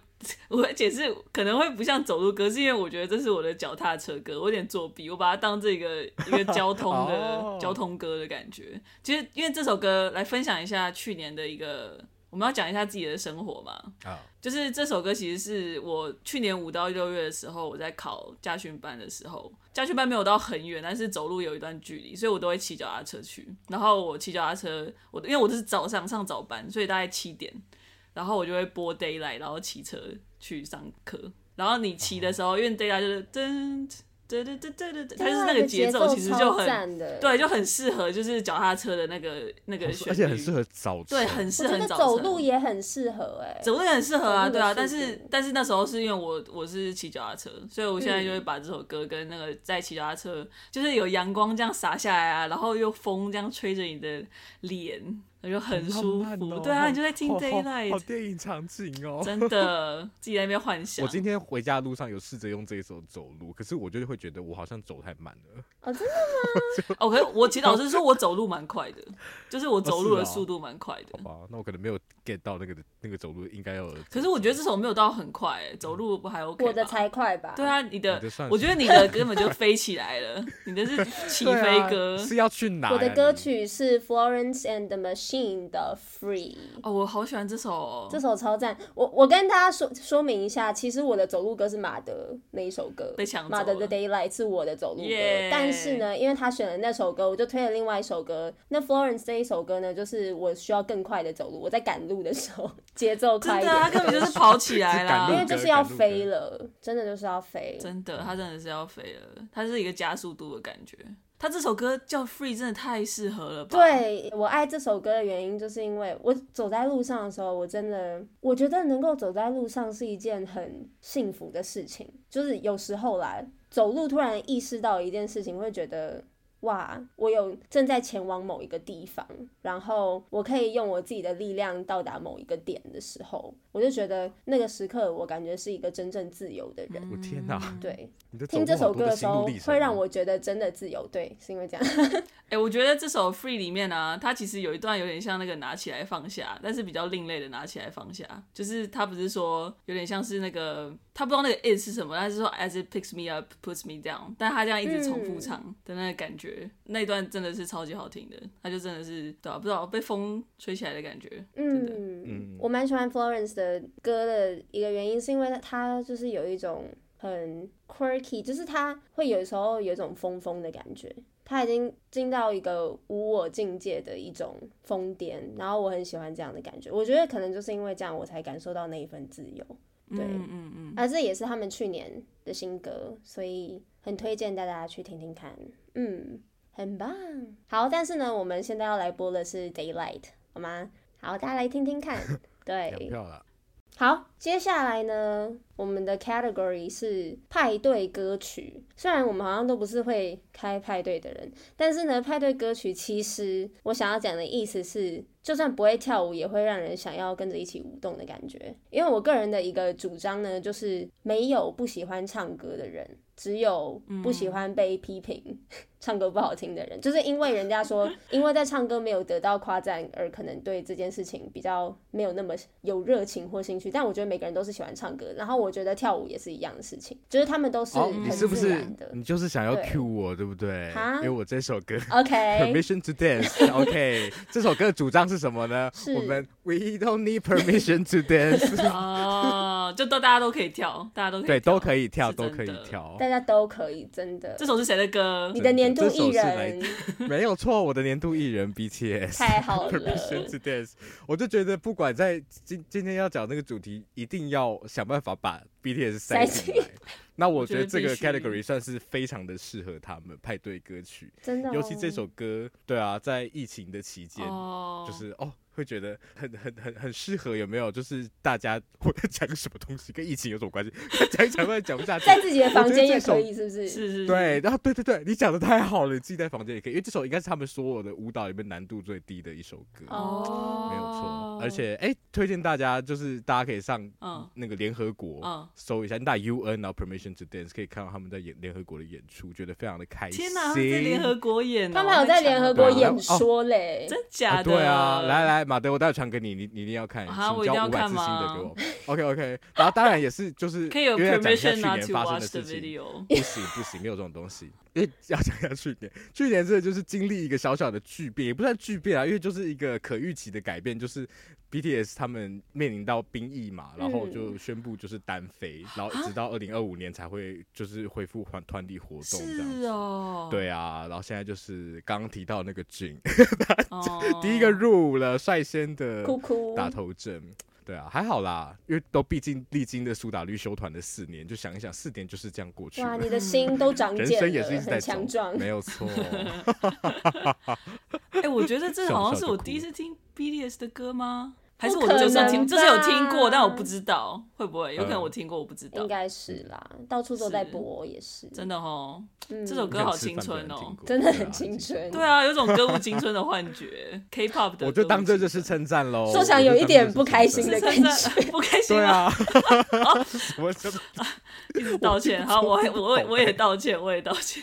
C: 我的解释可能会不像走路歌，是因为我觉得这是我的脚踏车歌，我有点作弊，我把它当这个一个交通的、
B: 哦
C: 交通歌的感觉。其实因为这首歌来分享一下去年的一个我们要讲一下自己的生活嘛。
B: 啊，
C: 就是这首歌其实是我去年五到六月的时候，我在考驾训班的时候，驾训班没有到很远，但是走路有一段距离，所以我都会骑脚踏车去。然后我骑脚踏车，我因为我都是早上上早班，所以大概七点，然后我就会
B: 嗯
C: 播 d a y l i g h t 然后骑车去上课。然后你骑的时候，因为 d a y l i g h t 就是噔噔噔噔噔噔，它就是那个节奏，其实就很
A: 赞的。
C: 对，就很适合就是脚踏车的那个那个旋
B: 哦
C: 律，
B: 而且很适合早晨。
C: 对，很
A: 我
C: 适
A: 觉
C: 合
A: 得
C: 早
A: 走
C: 晨
A: 路也很适合哎、
C: 走路也很适合啊，
A: 走路的
C: 对啊。
A: 速
C: 但
A: 度
C: 是但是那时候是因为我我是骑脚踏车，所以我
B: 嗯
C: 现在就会把这首歌跟那个在骑脚踏车，就是有阳光这样洒下来啊，然后又风这样吹着你的脸，我就很舒
B: 浪
C: 服。
B: 漫哦
C: 对啊，你就在听
B: 好好好
C: Daylight，
B: 电影场景哦。
C: 真的自己在那边幻想。
B: 我今天回家路上有试着用这一首走路，可是我就会觉得我好像走太慢了。
A: 哦，真的
C: 哦，可是我其实老师说我走路蛮快的，就是我走路的
B: 哦是哦哦
C: 速度蛮快的。
B: 好吧，那我可能没有 get 到那个那个走路应该要有的节奏。
C: 可是我觉得这首没有到很快、欸，走路不还 OK？
A: 我的
C: 吧
A: 才快吧？
C: 对，啊，你的，
B: 嗯你的算是
C: 我觉得你的根本就飞起来了，你的是起
B: 对
C: 飞
B: 啊
C: 歌。
B: 是要去哪呀？
A: 我的歌
B: 你
A: 曲是 Florence and the Machine 的 Free。
C: 哦，我好喜欢这首、哦，
A: 这首超赞，我我跟大家说说明一下，其实我的走路歌是马德那一首歌，
C: 被抢走
A: 马德的
C: 了
A: Daylight 是我的走路歌
C: 耶
A: 但是呢，因为他选了那首歌，我就推了另外一首歌。那 Florence 这一首歌呢，就是我需要更快的走路，我在赶路的时候节奏快
C: 真
A: 一
C: 的啊，他
A: 点，
C: 根本就是跑起来
B: 是赶
A: 因
B: 路
A: 为
C: 啦。
A: 就是要飞了，真的就是要飞。
C: 真的，他真的是要飞了，他是一个加速度的感觉。他这首歌叫《Free》，真的太适合了吧？，
A: 对我爱这首歌的原因，就是因为我走在路上的时候，我真的我觉得能够走在路上是一件很幸福的事情。就是有时候啦，走路突然意识到一件事情，会觉得哇，我有正在前往某一个地方，然后我可以用我自己的力量到达某一个点的时候，我就觉得那个时刻，我感觉是一个真正自由的人。
B: 我天哪！
A: 对，
B: 你的
A: 听这首歌
B: 的
A: 的时候，会让
B: 我
A: 我觉得真的自由。对，是因为这样。
C: 哎、我觉得这首《Free》里面啊，它其实有一段有点像那个拿起来放下，但是比较另类的拿起来放下，就是他不是说有点像是那个他不知道那个 is 是什么，但是说 as it picks me up puts me down，但他这样一直重
A: 嗯
C: 复唱的那个感觉，那一段真的是超级好听的，他就真的是对吧、啊不知道被风吹起来的感觉，真的。
A: 嗯，我蛮喜欢 Florence 的歌的一个原因，是因为她就是有一种很 quirky，就是她会有时候有一种疯疯的感觉。她已经进到一个无我境界的一种疯癫，然后我很喜欢这样的感觉。我觉得可能就是因为这样，我才感受到那一份自由。对，
C: 嗯嗯嗯，
A: 而啊这也是他们去年的新歌，所以很推荐大家去听听看。嗯，很棒。好，但是呢，我们现在要来播的是《Daylight》，好吗？好，大家来听听看。
B: 两
A: 对，
B: 票了。
A: 好，接下来呢，我们的 category 是派对歌曲。虽然我们好像都不是会开派对的人，但是呢，派对歌曲其实我想要讲的意思是，就算不会跳舞，也会让人想要跟着一起舞动的感觉。因为我个人的一个主张呢，就是没有不喜欢唱歌的人，只有不喜欢被批评、唱歌不好听的人，就是因为人家说， 因为在唱歌没有得到夸赞，而可能对这件事情比较没有那么有热情或兴趣。但我觉得每个人都是喜欢唱歌，然后我觉得跳舞也是一样的事情，就是他们都是
B: 哦，
A: 很
B: 你是不
A: 自
B: 是
A: 然的。
B: 你就是想要
A: 对
B: cue 我，对不对？
A: 哈哎
B: 因为我这首歌
A: OK，
B: Permission to Dance。OK，这首歌的主张是什么呢
A: 是？
B: 我们 We don't need permission to dance，
C: 嗯哦，就都大家都可以跳，大家都可以
B: 对，
C: 跳
B: 都可以跳，
C: 是真
B: 都
C: 的
B: 可以跳，
A: 大家都可以，真的
C: 这。首是谁的歌
A: 你？的年度
B: 这
A: 艺
B: 首是来
A: 人
B: 没有错。我的年度艺人 BTS。
A: 太好 了，
B: Permission to dance，我就觉得不管在今今天要讲那个主题，一定要想办法把 BTS 塞进来。那我觉得这个
C: 我觉得必须
B: category 算是非常的适合他们派对歌曲，
A: 真的、哦。
B: 尤其这首歌，对啊，在疫情的期间，
C: 哦，
B: 就是哦，会觉得很很很很适合，有没有？就是大家我在讲什么东西跟疫情有什么关系？讲一讲突然讲不下去，
A: 在自己的房间也
B: 我觉得这首
A: 可以，是不是？
C: 是是，
B: 对，然后对对对，你讲的太好了，你自己在房间也可以，因为这首应该是他们所有的舞蹈里面难度最低的一首歌。
C: 哦，
B: 没有错。而且，哎、推荐大家就是大家可以上
C: 嗯
B: 那个联合国、
C: 嗯
B: 搜一下，你打 UN 然后 Permission to Dance，可以看到他们在演联合国的演出，觉得非常的开心。
C: 天哪，他们在联合国演哦，
A: 他们还有在联合国
B: 对啊
A: 演说嘞，
C: 真
B: 啊
C: 假的？
B: 对啊，来来，马德，我待会传给你，你你一定要看，
C: 啊
B: 请
C: 我一定
B: 交
C: 要
B: 五百
C: 看
B: 字新的
C: 吗
B: 给我。 OK OK，然 后当然也是就是
C: 可以有
B: 因为要讲一下
C: permission
B: 去
C: not
B: 年
C: to
B: 发生
C: watch
B: 的
C: the
B: 事情，
C: video。
B: 不行不行，没有这种东西。因为要讲一下去年，去年真的就是经历一个小小的巨变，也不算巨变啊，因为就是一个可预期的改变，就是 BTS 他们面临到兵役嘛，然后就宣布就是单飞，然后直到二零二五年才会就是恢复团团体活动这样
C: 是
B: 子。
C: 哦，，
B: 对啊，然后现在就是刚刚提到那个 Jin，
C: 哦、
B: 第一个入伍了，率先的
A: 哭哭，
B: 打头阵。对啊，还好啦，因为都毕竟历经的苏打绿修团的四年，就想一想，四年就是这样过去
A: 哇，
B: 了。
A: 你的心都长
B: 人
A: 茧
B: 生也是一
A: 了，
B: 直在
A: 很
B: 走
A: 强壮，
B: 没有 错。
C: 哎、我觉得这好像是我
B: 笑笑就哭
C: 第一次听 BTS 的歌吗？还是
A: 不
C: 我
A: 可
C: 就算
A: 能
C: 听，就是有听
A: 吧
C: 过，但我不知道会不会，有可能
B: 嗯
C: 我听过，我不知道
A: 应。该是啦，到处都在播，也是，
C: 真的哦，
A: 嗯
C: 这首 歌
B: 想
C: 好
B: 吃
C: 青
B: 饭不
C: 春
B: 能
C: 哦
B: 听过
A: 真的
B: 对
A: 很
B: 啊
A: 青春。
C: 对啊啊，有种歌舞青春的幻觉 ，K-pop 的歌舞青春。
B: 我就当这就是称赞喽。
A: 说想
B: 我就
A: 有一
B: 当
A: 点
B: 这是
A: 不开
B: 称赞
A: 心的
C: 是
A: 感
C: 真的不开心
B: 对
C: 吗？
B: 啊， 我真的
C: 一直道歉，好，我我我也道歉，我也道歉。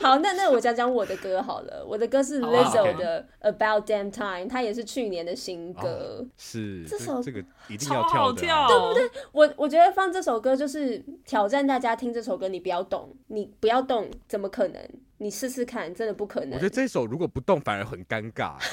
A: 好，那那我讲讲我的歌好了，我的歌是
C: 好啊
A: Lizzo
B: OK
A: 的《About Damn Time》，它也是去年的新
C: 哦
A: 歌。
B: 是
A: 这首
B: 这个一定
C: 超
B: 要
C: 好
B: 跳的啊，
C: 跳，对不对？
A: 我我觉得放这首歌就是挑战大家听这首歌，你不要动，你不要动，怎么可能？你试试看，真的不可
B: 我
A: 能
B: 觉得。这首如果不动反而很尴尬，哎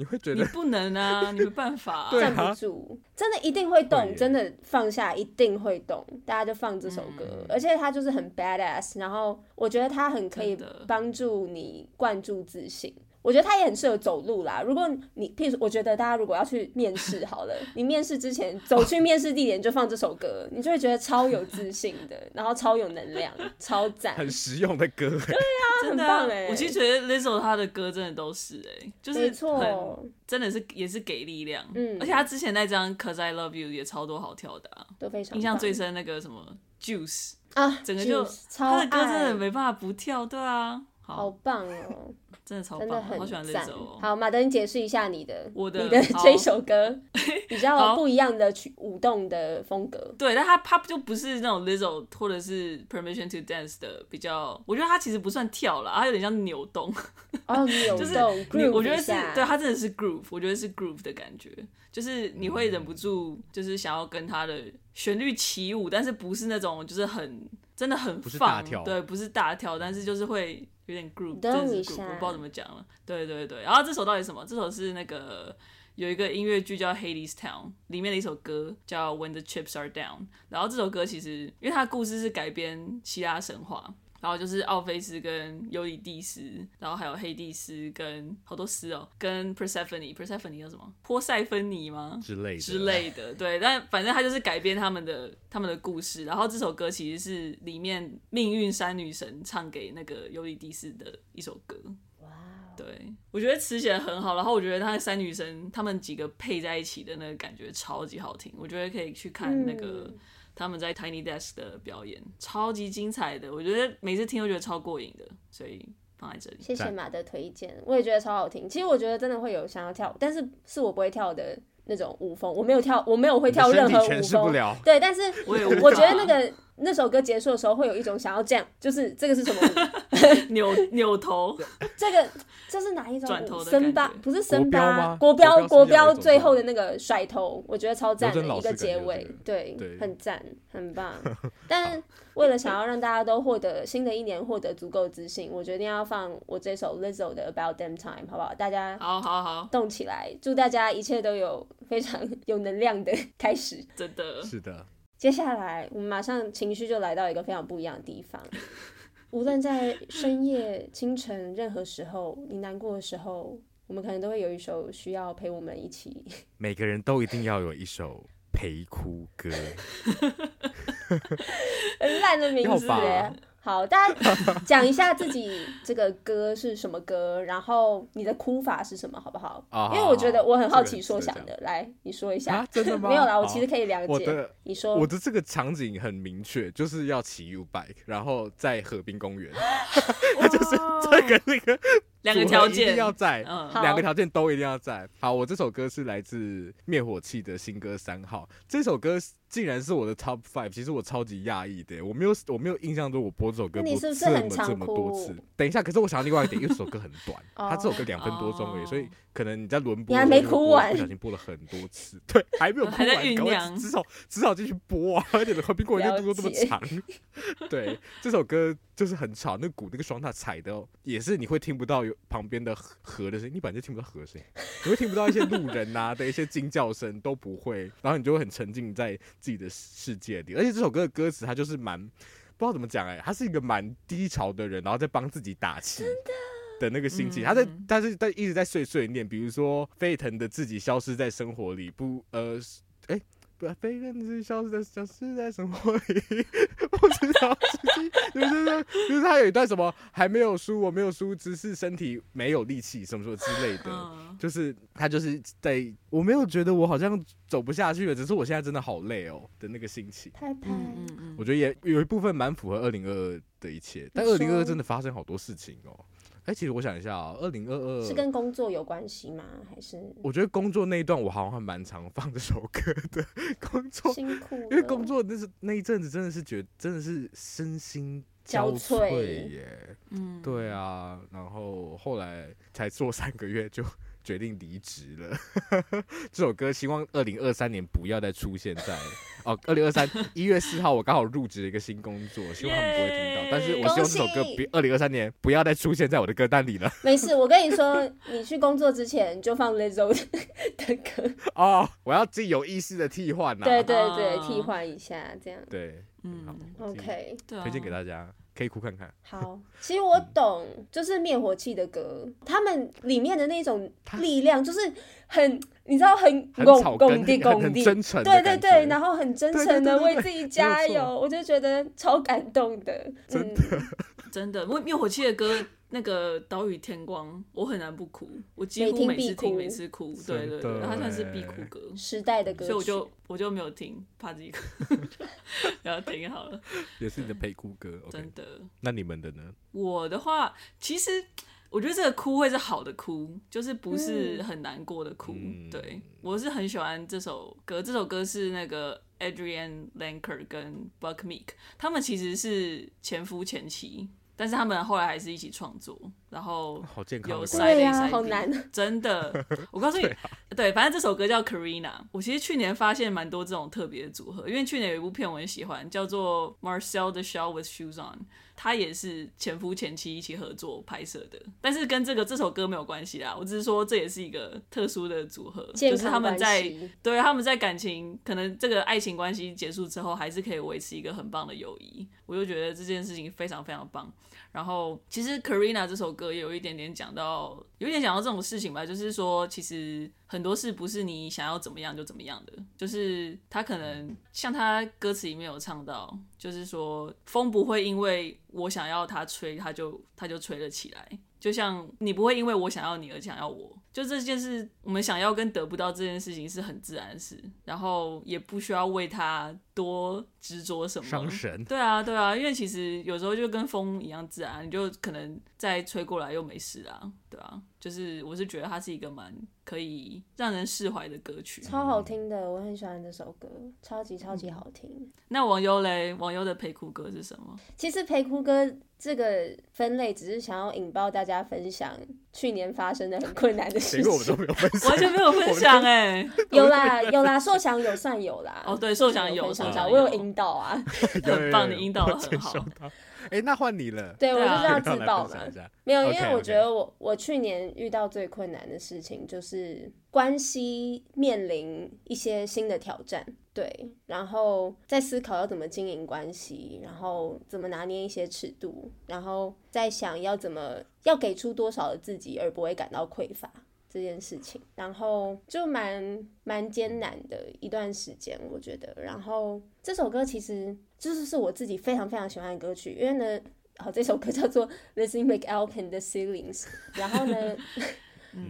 B: 你会觉
C: 你
B: 得
C: 不 能啊，你没办法、啊。
B: 对
A: 站
B: 啊
A: 不住，真的一定会
B: 对
A: 动，
B: 耶
A: 真的放下一定会动，大家就放这首歌，
C: 嗯
A: 而且它就是很 badass，然后我觉得它很可以
C: 真的
A: 帮助你灌注自信。我觉得它也很适合走路啦。如果你，譬如说我觉得大家如果要去面试好 了，你面试之前走去面试地点就放这首歌，你就会觉得超有自信 的，然后超有能量，超赞。
B: 很实用的 歌，哎
C: 真的啊
A: 很棒欸
C: 我其实觉得 Lizzo 她的歌真的都是哎、就是
A: 没错
C: 很真的是也是给力量，
A: 嗯
C: 而且她之前那张 Cause I Love You 也超多好跳的、啊，
A: 都非常
C: 印象
A: 棒
C: 最深那个什么 Juice，
A: 啊，
C: 整个就
A: Juice，超
C: 她的歌真
A: 爱
C: 的没办法不跳，对啊，
A: 好
C: 好，
A: 棒哦，
C: 真的超
A: 真
C: 棒
A: 的
C: 的，
A: 很
C: 好喜欢 Lizzo
A: 赞
C: 哦。
A: 好，马德，你解释一下你的
C: 我的
A: 你的
C: 好
A: 这一首 歌比较
C: 好
A: 不一样的曲舞动的风格。
C: 对，但她她就不是那种 Lizzo 或者是 Permission to Dance 的比较，我觉得她其实不算跳啦，她有点像扭动，
A: 哦，扭动
C: 是
A: groove
C: 我觉得
A: 一
C: 是
A: 下
C: 对他真的是 groove，我觉得是 groove 的感觉，就是你会忍不住就是想要跟他的旋律起舞，但是不是那种就是很真的很
B: 不是
C: 放
B: 大跳
C: 对，不是大跳，但是就是会有点 groove，
A: 动
C: 真的
A: 一
C: 是
A: 下
C: groove，我不知道怎么讲了。对对对，然后这首到底什么？这首是那个有一个音乐剧叫《Hades Town》里面的一首歌叫《When the Chips Are Down》，然后这首歌其实因为它的故事是改编希腊神话，然后就是奥菲斯跟尤里蒂斯，然后还有黑蒂斯跟好多斯哦，跟 Persephone，Persephone 叫什么？波塞芬尼吗？
B: 之类的
C: 之类的，对，但反正他就是改编他们的他们的故事，然后这首歌其实是里面命运三女神唱给那个尤里蒂斯的一首歌，对，我觉得词写的很好，然后我觉得那三女生她们几个配在一起的那个感觉超级好听，我觉得可以去看那个
A: 嗯
C: 他们在 Tiny Desk 的表演，超级精彩的，我觉得每次听都觉得超过瘾的，所以放在这里。
A: 谢谢
B: 赞
A: 马德推荐，我也觉得超好听。其实我觉得真的会有想要跳，但是是我不会跳的那种舞风，我没有跳，我没有会
B: 你的
A: 跳任
B: 身体
A: 何舞
B: 诠释不
A: 风。
B: 了。
A: 对，但是
C: 我也无
A: 我
C: 法
A: 觉得那个那首歌结束的时候，会有一种想要这样，就是这个是什么舞？
C: 扭扭头，
A: 这个这是哪一种
C: 转
A: 舞？
C: 头的
A: 森巴
C: 感觉
A: 不是森
B: 国标
A: 巴
B: 吗，
A: 国标国
B: 国标
A: 标
B: 是不是有一种
A: 最后的那个甩头，我觉得超赞
B: 刘真
A: 的
B: 老
A: 一
B: 师感
A: 结
B: 觉
A: 尾
B: 这个，
A: 对，
B: 对
A: 很赞，很 棒。但是为了想要让大家都获得新的一年获得足够自信，我决定要放我这首 Lizzo 的 About Damn Time，好不好？大家
C: 好好好，
A: 动起来，祝大家一切都有非常 有能量的开始。
C: 真的
B: 是的，
A: 接下来，我们马上情绪就来到一个非常不一样的地方。 无论在深夜、清晨，任何时候，你难过的时候，我们可能都会有一首需要陪我们一 起。
B: 每个人都一定要有一首陪哭歌。
A: 很烂的名字
B: 要吧
A: 耶。好，大家 讲一下自己这个歌是什么歌，然后你的哭法是什么，好不好？
B: 啊
A: 因为我觉得我很好奇
B: 这
A: 说
B: 个很值
A: 想
B: 得
A: 的，来你说一下。
B: 啊真的吗
A: 没有啦，我
B: 好
A: 其实可以了
B: 我
A: 解
B: 的。
A: 你说
C: 哦
B: 我的这个场景很明确，就是要骑 U bike，然后在河滨公园，
C: 就是
B: 这个那个
C: 两个条
B: 组合一定
C: 件，
B: 要在，
C: 嗯
A: 好
B: 两个条件都一定要在。好，我这首歌是来自灭火器的新歌《三号》，这首歌竟然是我的 top five，其实我超级讶异的，我没有我没有印象中我播这首歌
A: 那你
B: 播
A: 是不是
B: 这
A: 很
B: 么
A: 常
B: 这么多
A: 哭
B: 次。等一下，可是我想到另外一点，因为这首歌很 短，它这首歌两分多钟而已，
C: 哦
B: 所以可能你在轮播
A: 你还
B: 的
A: 没
B: 时候就
A: 哭
B: 播了
A: 完
B: 不小心播了很多次，对，还没有哭
C: 还
B: 完，
C: 在酝
B: 赶快
C: 酿
B: 至少至少继续播啊，而且和苹果人家动作这么
A: 了解
B: 长。 对，这首歌就是很吵，那鼓那个双踏踩的、哦，也是你会听不到有旁边的河河的声音，你本来就听不到河的声音，你会听不到一些路人呐、的一些惊叫声都不会，然后你就会很沉浸在自己的世界里。而且这首歌的歌词它就是蛮不知道怎么讲哎、他是一个蛮低潮的人，然后在帮自己打气。的那个心情，
C: 嗯
B: 他在
C: 嗯，
B: 但是但一直在碎碎念，比如说沸腾的自己消失在生活里，不，呃，哎，不，沸腾的自己消失在消失在生活里， 不知道自己，就是说就是他有一段什么还没有输，我没有输，只是身体没有力气，什么什么之类的，
C: 嗯，
B: 就是他就是在我没有觉得我好像走不下去了，只是我现在真的好累哦的那个心情。
A: 太太，
C: 嗯嗯
B: 我
C: 嗯，
B: 觉得也有一部分蛮符合二零二二的一切，但
A: 你
B: 二
A: 说
B: 零二二真的发生好多事情哦。哎、其实我想一下啊、2二零二二
A: 是跟工作有关系吗？还是
B: 我觉得工作那一段我好像还蛮常放这首歌的，工作
A: 辛苦了？
B: 因为工作那是那一阵子真的是觉得真的是身心
A: 交
B: 瘁
A: 瘁
B: 耶，
C: 嗯，
B: 对啊，然后后来才做三个月就 决定离职了。 这首歌希望二零二三年不要再出现在哦，二零 二三一月四号我刚好入职了一个新工作，希望他们不会听到。但是我希望这首歌
A: 恭喜
B: 别二零二三年不要再出现在我的歌单里 了。
A: 没事，我跟你说，你去工作之前就放 Lizzo 的 歌，
B: 哦，我要自己有意识的替换呐、
A: 对对对，
C: 啊
A: 替换一下这样。
B: 对，
C: 嗯
B: 好我自己
A: OK，
C: 对啊，
B: 推荐给大家，可以哭看看。
A: 好，其实我懂，就是灭火器的歌，他们里面的那种
B: 它
A: 力量，就是很，你知道很
B: 很
A: 拱
B: 草
A: 拱
B: 根，
A: 地
B: 很
A: 拱
B: 很
A: 地，
B: 真诚的
A: 对
B: 感
A: 对
B: 觉。
A: 对，然后很真
B: 对对
A: 诚的
B: 对对
A: 为自己加
B: 没有
A: 油，
B: 错
A: 我就觉得超感动的，
B: 真
A: 的，
C: 真的，因为灭火器的歌。那个岛屿天光，我很难不哭，我几
A: 每
C: 乎
A: 听
C: 每
A: 必
C: 次
A: 哭
C: 听，每次哭，对
B: 真
C: 对对，
B: 的
C: 它算是必
B: 欸
C: 哭歌，
A: 嗯时代的歌
C: 所
A: 曲，
C: 以我就我就没有听，怕自己哭， 不要听好了，
B: 也是你的陪哭歌。OK，
C: 真的。
B: 那你们的呢？
C: 我的话，其实我觉得这个哭会是好的哭，就是不是很难过的哭。
B: 嗯
C: 对我是很喜欢这首歌，这首歌是那个 Adrian Lanker 跟 Buck Meek，他们其实是前夫前妻，但是他们后来还是一起创作，然后
B: 好健康
C: 有
B: 的
C: 塞
B: 关
A: 对
B: 系。
C: 雷
A: 呀
C: 塞
A: 好
C: 比
A: 难，
C: 真的。我告诉你，对,、反正这首歌叫 Karina。我其实去年发现蛮多这种特别的组合，因为去年有一部片我很喜欢，叫做 Marcel the Shell with Shoes On，它也是前夫前妻一起合作拍摄的，但是跟这个这首歌没有关系啦。我只是说这也是一个特殊的组合，
A: 健
C: 就是他
A: 康
C: 们
A: 关
C: 在
A: 系，
C: 对，他们在感情可能这个爱情关系结束之后，还是可以维持一个很棒的友谊。我就觉得这件事情非常非常棒。然后其实 Karina 这首歌也有一点点讲到，有一点讲到这种事情吧，就是说其实很多事不是你想要怎么样就怎么样的，就是他可能像他歌词里面有唱到，就是说风不会因为我想要它吹，它就它就吹了起来。就像你不会因为我想要你而想要我，就这件事，我们想要跟得不到这件事情是很自然的事，然后也不需要为它多执着什么。
B: 伤神
C: 对啊，对啊，因为其实有时候就跟风一样自然，你就可能再吹过来又没事啊，对啊，就是我是觉得它是一个蛮可以让人释怀的歌曲。
A: 超好听的，我很喜欢这首歌，超级超
B: 嗯
A: 级好听。
C: 那网友嘞，网友的陪哭歌是什么？
A: 其实陪哭歌这个分类，只是想要引爆大家分享去年发生的很困难的事
B: 结果 我们都
A: 情。
B: 没有分享，
C: 完全没有分享哎、
A: 有啦有啦，受想有算有啦。
C: 哦对受想有
A: 分享
C: 受
A: 到
C: 想
A: 我有
C: 有
A: 引导啊。
B: 有
C: 很棒，你引导
B: 我
C: 的很好
B: 接。受到哎，那换你了。
A: 对，我
C: 对
A: 就
C: 啊
A: 是要自爆
B: 来
A: 嘛
B: 分。享一下
A: 没有，因
B: OK，
A: 为我
B: OK
A: 觉得我我去年遇到最困难的事情就是关系面临一些新的挑战，对，然后在思考要怎么经营关系，然后怎么拿捏一些尺度，然后在想要怎么要给出多少的自己而不会感到匮乏。这件事情，然后就蛮蛮艰难的一段时间，我觉得。然后这首歌其实就是是我自己非常非常喜欢的歌曲，因为呢，好这首歌叫做 Lizzie McAlpin 的 Ceilings，然后呢。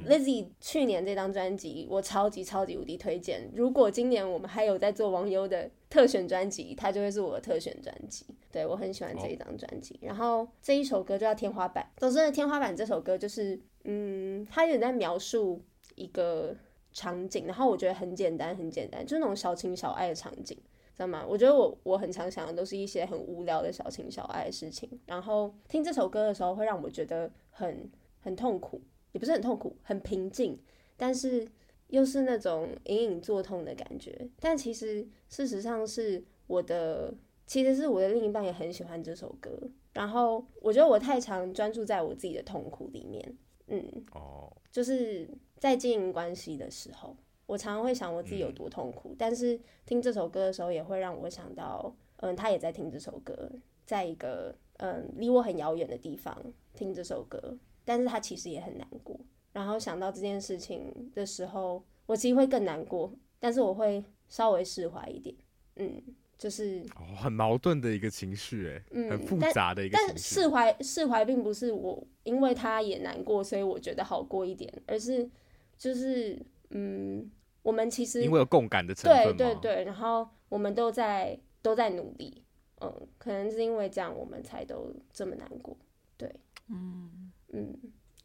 A: Lizzie 去年这张专辑我超级超级无敌推荐，如果今年我们还有在做网友的特选专辑，它就会是我的特选专辑。对我很喜欢这一张专辑。然后这一首歌就叫《天花板》。总之呢，《天花板》这首歌就是，嗯，它有点在描述一个场景，然后我觉得很简单，很简单，就是那种小情小爱的场景，知道吗？我觉得我我很常想的都是一些很无聊的小情小爱的事情。然后听这首歌的时候，会让我觉得很很痛苦，也不是很痛苦，很平静，但是又是那种隐隐作痛的感觉。但其实事实上是我的，其实是我的另一半也很喜欢这首歌。然后我觉得我太常专注在我自己的痛苦里面，嗯，
B: 哦，
A: 就是在经营关系的时候，我常常会想我自己有多痛苦，但是听这首歌的时候，也会让我想到，嗯，他也在听这首歌，在一个嗯离我很遥远的地方听这首歌，但是他其实也很难过。然后想到这件事情的时候，我其实会更难过，但是我会稍微释怀一点，嗯，就是
B: 哦，很矛盾的一个情绪，哎、
A: 嗯
B: 很复杂的一个
A: 但
B: 情绪
A: 释。怀释怀并不是我因为他也难过，所以我觉得好过一点，而是就是嗯，我们其实
B: 因为有共感的成分
A: 对
B: 嘛，
A: 对对，然后我们都在都在努力，嗯，可能是因为这样我们才都这么难过，对，
C: 嗯，
A: 嗯，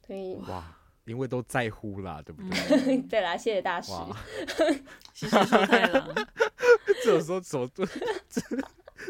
A: 所以
B: 哇，因为都在乎啦，对不对？
A: 对啦，谢谢大师，
B: 哇，
C: 嗯 谢谢说太郎。
B: 这有时候怎么做这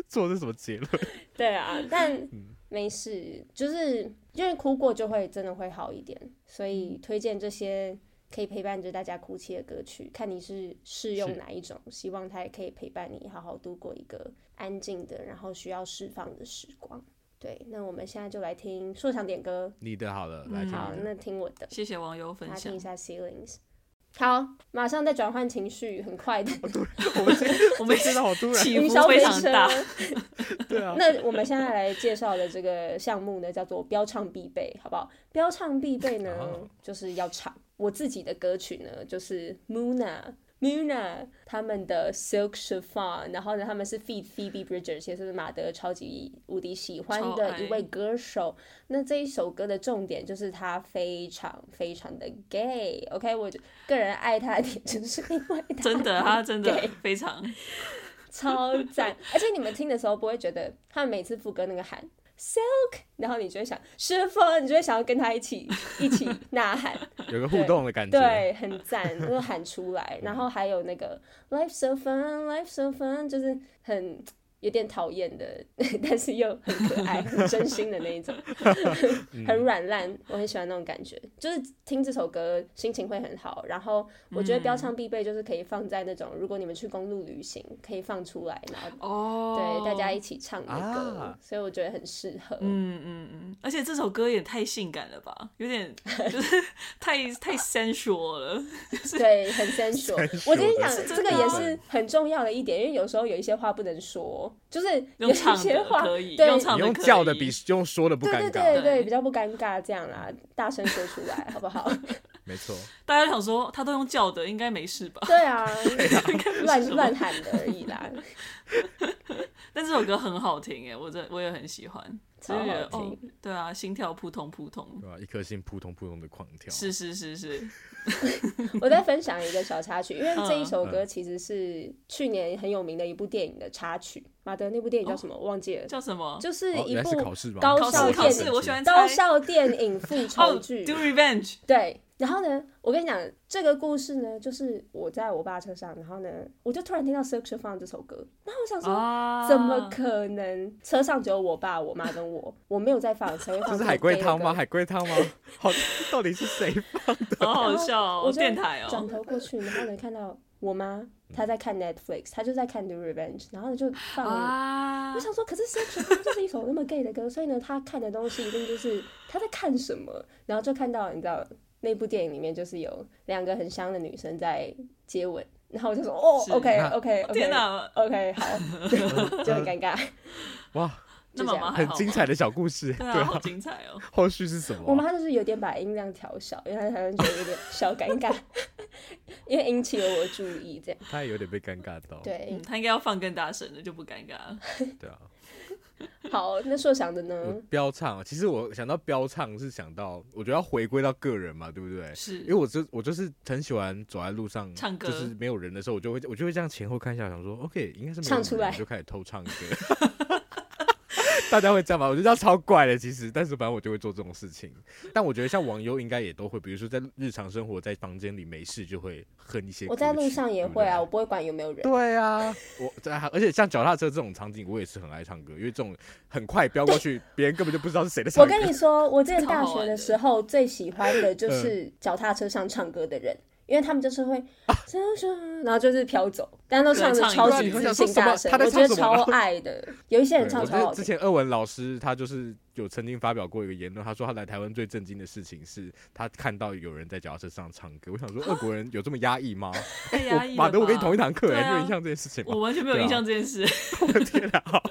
B: 做的什么结论？
A: 对啊，但没事，就是因为哭过就会真的会好一点，所以推荐这些可以陪伴着大家哭泣的歌曲，看你是适用
B: 是
A: 哪一种，希望它也可以陪伴你好好度过一个安静的，然后需要释放的时光。对，那我们现在就来听说唱点歌，
B: 你的好了，来听
A: 好，
B: 你的。
A: 那听我的，
C: 谢谢网友分
A: 大家
C: 享
A: 听一，下 Ceilings。好，马上再转换情绪，很快的，
B: 我们今天
C: 我们
B: 真的好突然，
C: 起
A: 云
C: 伏
A: 霄飞
C: 非常
A: 车。
C: 大。
B: 对啊，
A: 那我们现在来介绍的这个项目呢，叫做标唱必备，好不好？标唱必备呢
B: 哦，
A: 就是要唱。我自己的歌曲呢，就是 Muna。Muna 他们的 Silk Chiffon，然后呢，他们是 Phoebe Phoebe Bridgers，也是马德超级无敌喜欢
C: 超
A: 的
C: 爱
A: 一位歌手。那这一首歌的重点就是他非常非常的 gay。OK，我个人爱他的点就是因为他
C: 真的，他真的
A: 对
C: 非常
A: 超赞！ 而且你们听的时候不会觉得他们每次副歌那个喊 silk，然后你就会想师傅，你就会想要跟他一起一起呐喊，
B: 有个互动的感觉。
A: 对，很赞，就是喊出来。然后还有那个 life so fun，life so fun，就是很有点讨厌的， 但是又很可爱、很真心的那一种，很软烂，我很喜欢那种感觉。就是听这首歌心情会很好。然后我觉得标唱必备就是可以放在那种，如果你们去公路旅行，可以放出来，然后
C: 哦，
A: 对，大家一起唱的歌，
B: 啊
A: 所以我觉得很适合。
C: 嗯嗯嗯，而且这首歌也太性感了吧，有点就是太太 sensual 了，
A: 对，很 sensual。我跟你讲，
C: 是真
A: 这个
C: 的
A: 也
C: 啊
A: 是很重要的一点，因为有时候有一些话不能说，就是有
C: 用
A: 一
C: 唱
A: 些
C: 的
A: 话
C: 可以，
A: 对
C: 用唱
B: 你
C: 的
B: 用
C: 可以
B: 叫的比用说的不
A: 对
B: 尴
A: 对
B: 尬，
A: 对对，
C: 对
A: 比较不尴尬，这样啦，大声说出来好不 好？
B: 没错。
C: 大家想说他都用叫的，应该没事吧？
A: 对啊，乱
C: 什么
A: 乱喊的而已 啦，
C: 但这首歌很好听哎，我真我也很喜欢，只
A: 超
C: 是觉
A: 好
C: 得哦
A: 听。，
C: 对啊，心跳扑通扑通，
B: 对吧？一颗心扑通扑通的狂跳。
C: 是是是是，
A: 我再分享一个小插曲，因为这一首歌
B: 嗯
A: 其实是去年很有名的一部电影的插曲，马德那部电影叫什么？我忘记了，
C: 哦叫什么？
A: 就是
B: 哦，
A: 一
B: 原来是
A: 部
B: 考试吧？
A: 高
C: 考
A: 校
C: 试考
A: 电
C: 试，
A: 影
C: 我喜欢
A: 高
C: 猜
A: 校电影复
C: 哦
A: 仇剧
C: ，Do。Revenge，
A: 对，然后呢，我跟你讲这个故事呢，就是我在我爸车上，然后呢，我就突然听到《Search for》这首歌，然后我想说。
C: 啊，
A: 怎么可能？车上只有我爸、我妈跟我，我没有在放，谁会放？
B: 这是海龟汤吗？？海龟 汤吗？好，到底是谁放的？
C: 好好笑哦
A: 我，就
C: 电台哦
A: 转，头过去，然后呢，看到我妈她在看 Netflix，她就在看《The Revenge》，然后呢就放了
C: 啊
A: 我，想说，可是 Section 它就是一首那么 gay 的歌，所以呢，他看的东西一定就是他在看什么，然后就看到你知道那部电影里面就是有两个很香的女生在接吻，然后我就说哦
C: 是
A: ，OK
B: 啊
A: OK OK，
C: 天哪，
A: OK 好，对就很尴尬。
B: 哇，
C: 那妈妈还
B: 很
C: 好吗
B: 精彩的小故事。
C: 哦对
B: 对
C: 啊，
B: 啊
C: 好，精彩哦，
B: 后续是什么啊？
A: 我妈就是有点把音量调小，因为她好像觉得有点小尴 尬，因为引起了我注意，这样
B: 他也有点被尴尬到。
A: 对
C: 嗯，。他应该要放更大声的，就不尴尬了。
B: 对啊，
A: 好，那硕想的
B: 我
A: 呢？
B: 飙唱啊，其实我想到飙唱是想到，我觉得要回归到个人嘛，对不对？因为
C: 是，
B: 我就我就是很喜欢走在路上
C: 唱歌
B: 就是没有人的时候，我就会我就会这样前后看一下，想说 OK 应该是没有
A: 唱出
B: 人
A: 来
B: 就开始偷唱歌， 大家会这样吗？我觉得这样超怪的，其实，但是反正我就会做这种事情。但我觉得像网友应该也都会，比如说在日常生活，在房间里没事就会哼一些歌曲。
A: 我在路上也会啊，
B: 对
A: 我
B: 不
A: 不会管有没有人
B: 对。对啊，我在，而且像脚踏车这种场景，我也是很爱唱歌，因为这种很快飙过去，别人根本就不知道是谁的唱
A: 我
B: 歌。
A: 跟你说，我之前
C: 超
A: 大
C: 好
A: 学
C: 玩
A: 的
C: 的
A: 时候最喜欢的
B: 嗯
A: 就是脚踏车上唱歌的人，因为他们就是会
B: 啊
A: 唱唱，然后就是飘走，但都
C: 对
A: 唱的
C: 唱一
A: 超
C: 段
A: 级
C: 你会
A: 自
B: 想说
A: 信
B: 什么
A: 大声，
B: 他在
A: 我觉
B: 唱
A: 得
B: 什么
A: 超爱的。有一些人
B: 对
A: 唱
B: 我
A: 超
B: 之
A: 好
B: 之
A: 听，
B: 前二文老师他就是有曾经发表过一个言论，他说他来台湾最震惊的事情是他看到有人在脚踏车上唱歌。我想说，俄国人有这么压抑 吗？
C: 太啊压抑
B: 我
C: 了吧。
B: 马德，我跟你同一堂课、
C: 对
B: 欸，
C: 啊
B: 你有印象这件事情吗
C: 我？完全没有
B: 对啊
C: 印象这件事。
B: 天啊，好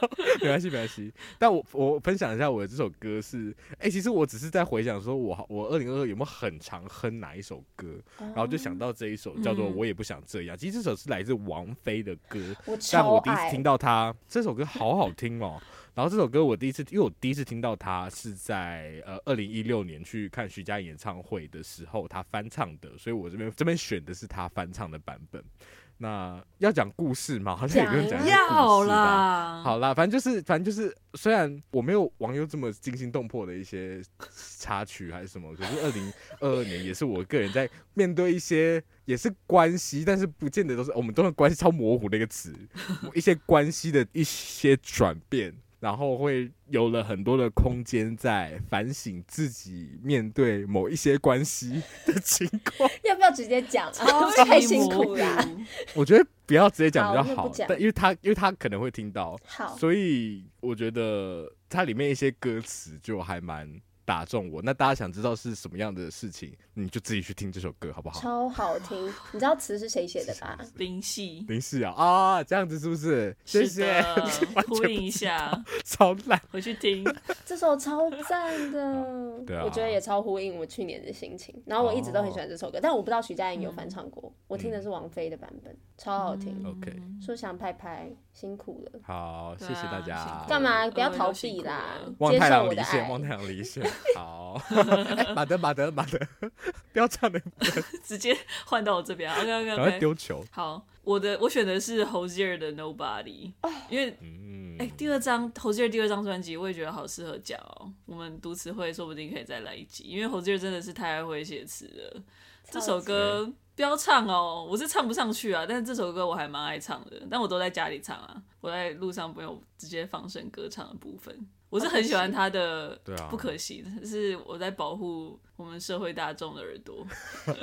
B: 没关系，没关系。但我我分享一下我的这首歌是，哎、其实我只是在回想说我，我二零二二有没有很常哼哪一首歌，然后就想到这一首叫做《
C: 哦嗯
B: 我也不想这样》。其实这首是来自王菲的歌，
A: 我
B: 但
A: 超
B: 我第一次
A: 爱
B: 听。到它，这首歌好好听哦。然后这首歌我第一次，因为我第一次听到它是在呃二零一六年去看徐佳莹演唱会的时候，她翻唱的，所以我这边这边选的是她翻唱的版本。那要讲故事吗？好像也不用讲
A: 讲
B: 一个
C: 要
B: 故事吧。
C: 啦，
B: 好啦，反正就是，反正就是，虽然我没有网友这么惊心动魄的一些 插曲还是什么，可是二零二二年也是我个人在面对一些也是关系，但是不见得都是我们都是关系超模糊的一个词，一些关系的一些转变，然后会有了很多的空间在反省自己面对某一些关系的情 况。
A: 要不要直接讲啊？
C: 超
A: 太
C: 级
A: 辛
C: 模
A: 苦
C: 糊
A: 啦。
B: 我觉得不要直接讲比较
A: 好那
B: 好
A: 不讲
B: 但因为他因为他可能会听到。
A: 好，
B: 所以我觉得它里面一些歌词就还蛮打中我。那大家想知道是什么样的事情，你就自己去听这首歌好不好？
A: 超好听。你知道词是谁写的吧？
C: 林夕。
B: 林夕啊啊，这样子是不是？啊谢
C: 是
B: 谢
C: 的，呼应一下，
B: 超烂。
C: 回去听。
A: 这首超赞 的，
B: 对啊
A: 我觉得也超呼应我去年的心情。然后我一直都很喜欢这首歌，但我不知道徐佳莹有翻唱
B: 嗯
A: 过，我听的是王菲的版本，超好听。
B: OK，
A: 说想拍拍，辛苦了，
B: 好，谢
C: 对啊
B: 谢大
C: 辛
B: 家
C: 苦。
A: 干嘛
C: 嗯
A: 不要
C: 嗯
A: 逃
C: 都辛
A: 避
C: 苦
A: 啦
C: 了？
B: 望
A: 接
B: 太
A: 受
B: 郎
A: 我
B: 离
A: 的
B: 线，
A: 爱
B: 望。太郎离线。 好，哎马德马德马德，不要唱的，
C: 直接换到我这边。OK
B: 赶
C: OK
B: 快
C: OK。
B: 丢球。
C: 好，我的我选的是 Hozier 的 Nobody，、因为
B: 嗯
C: 哎、，第二张 Hozier 第二张专辑，我也觉得好适合讲哦。我们读词汇说不定可以再来一集，因为 Hozier 真的是太爱会写词了。这首歌不要唱哦，我是唱不上去啊，但是这首歌我还蛮爱唱的，但我都在家里唱啊，我在路上没有直接放声歌唱的部分。我是很喜欢他的，
B: 对啊
C: 不可惜，但是我在保护我们社会大众的耳朵。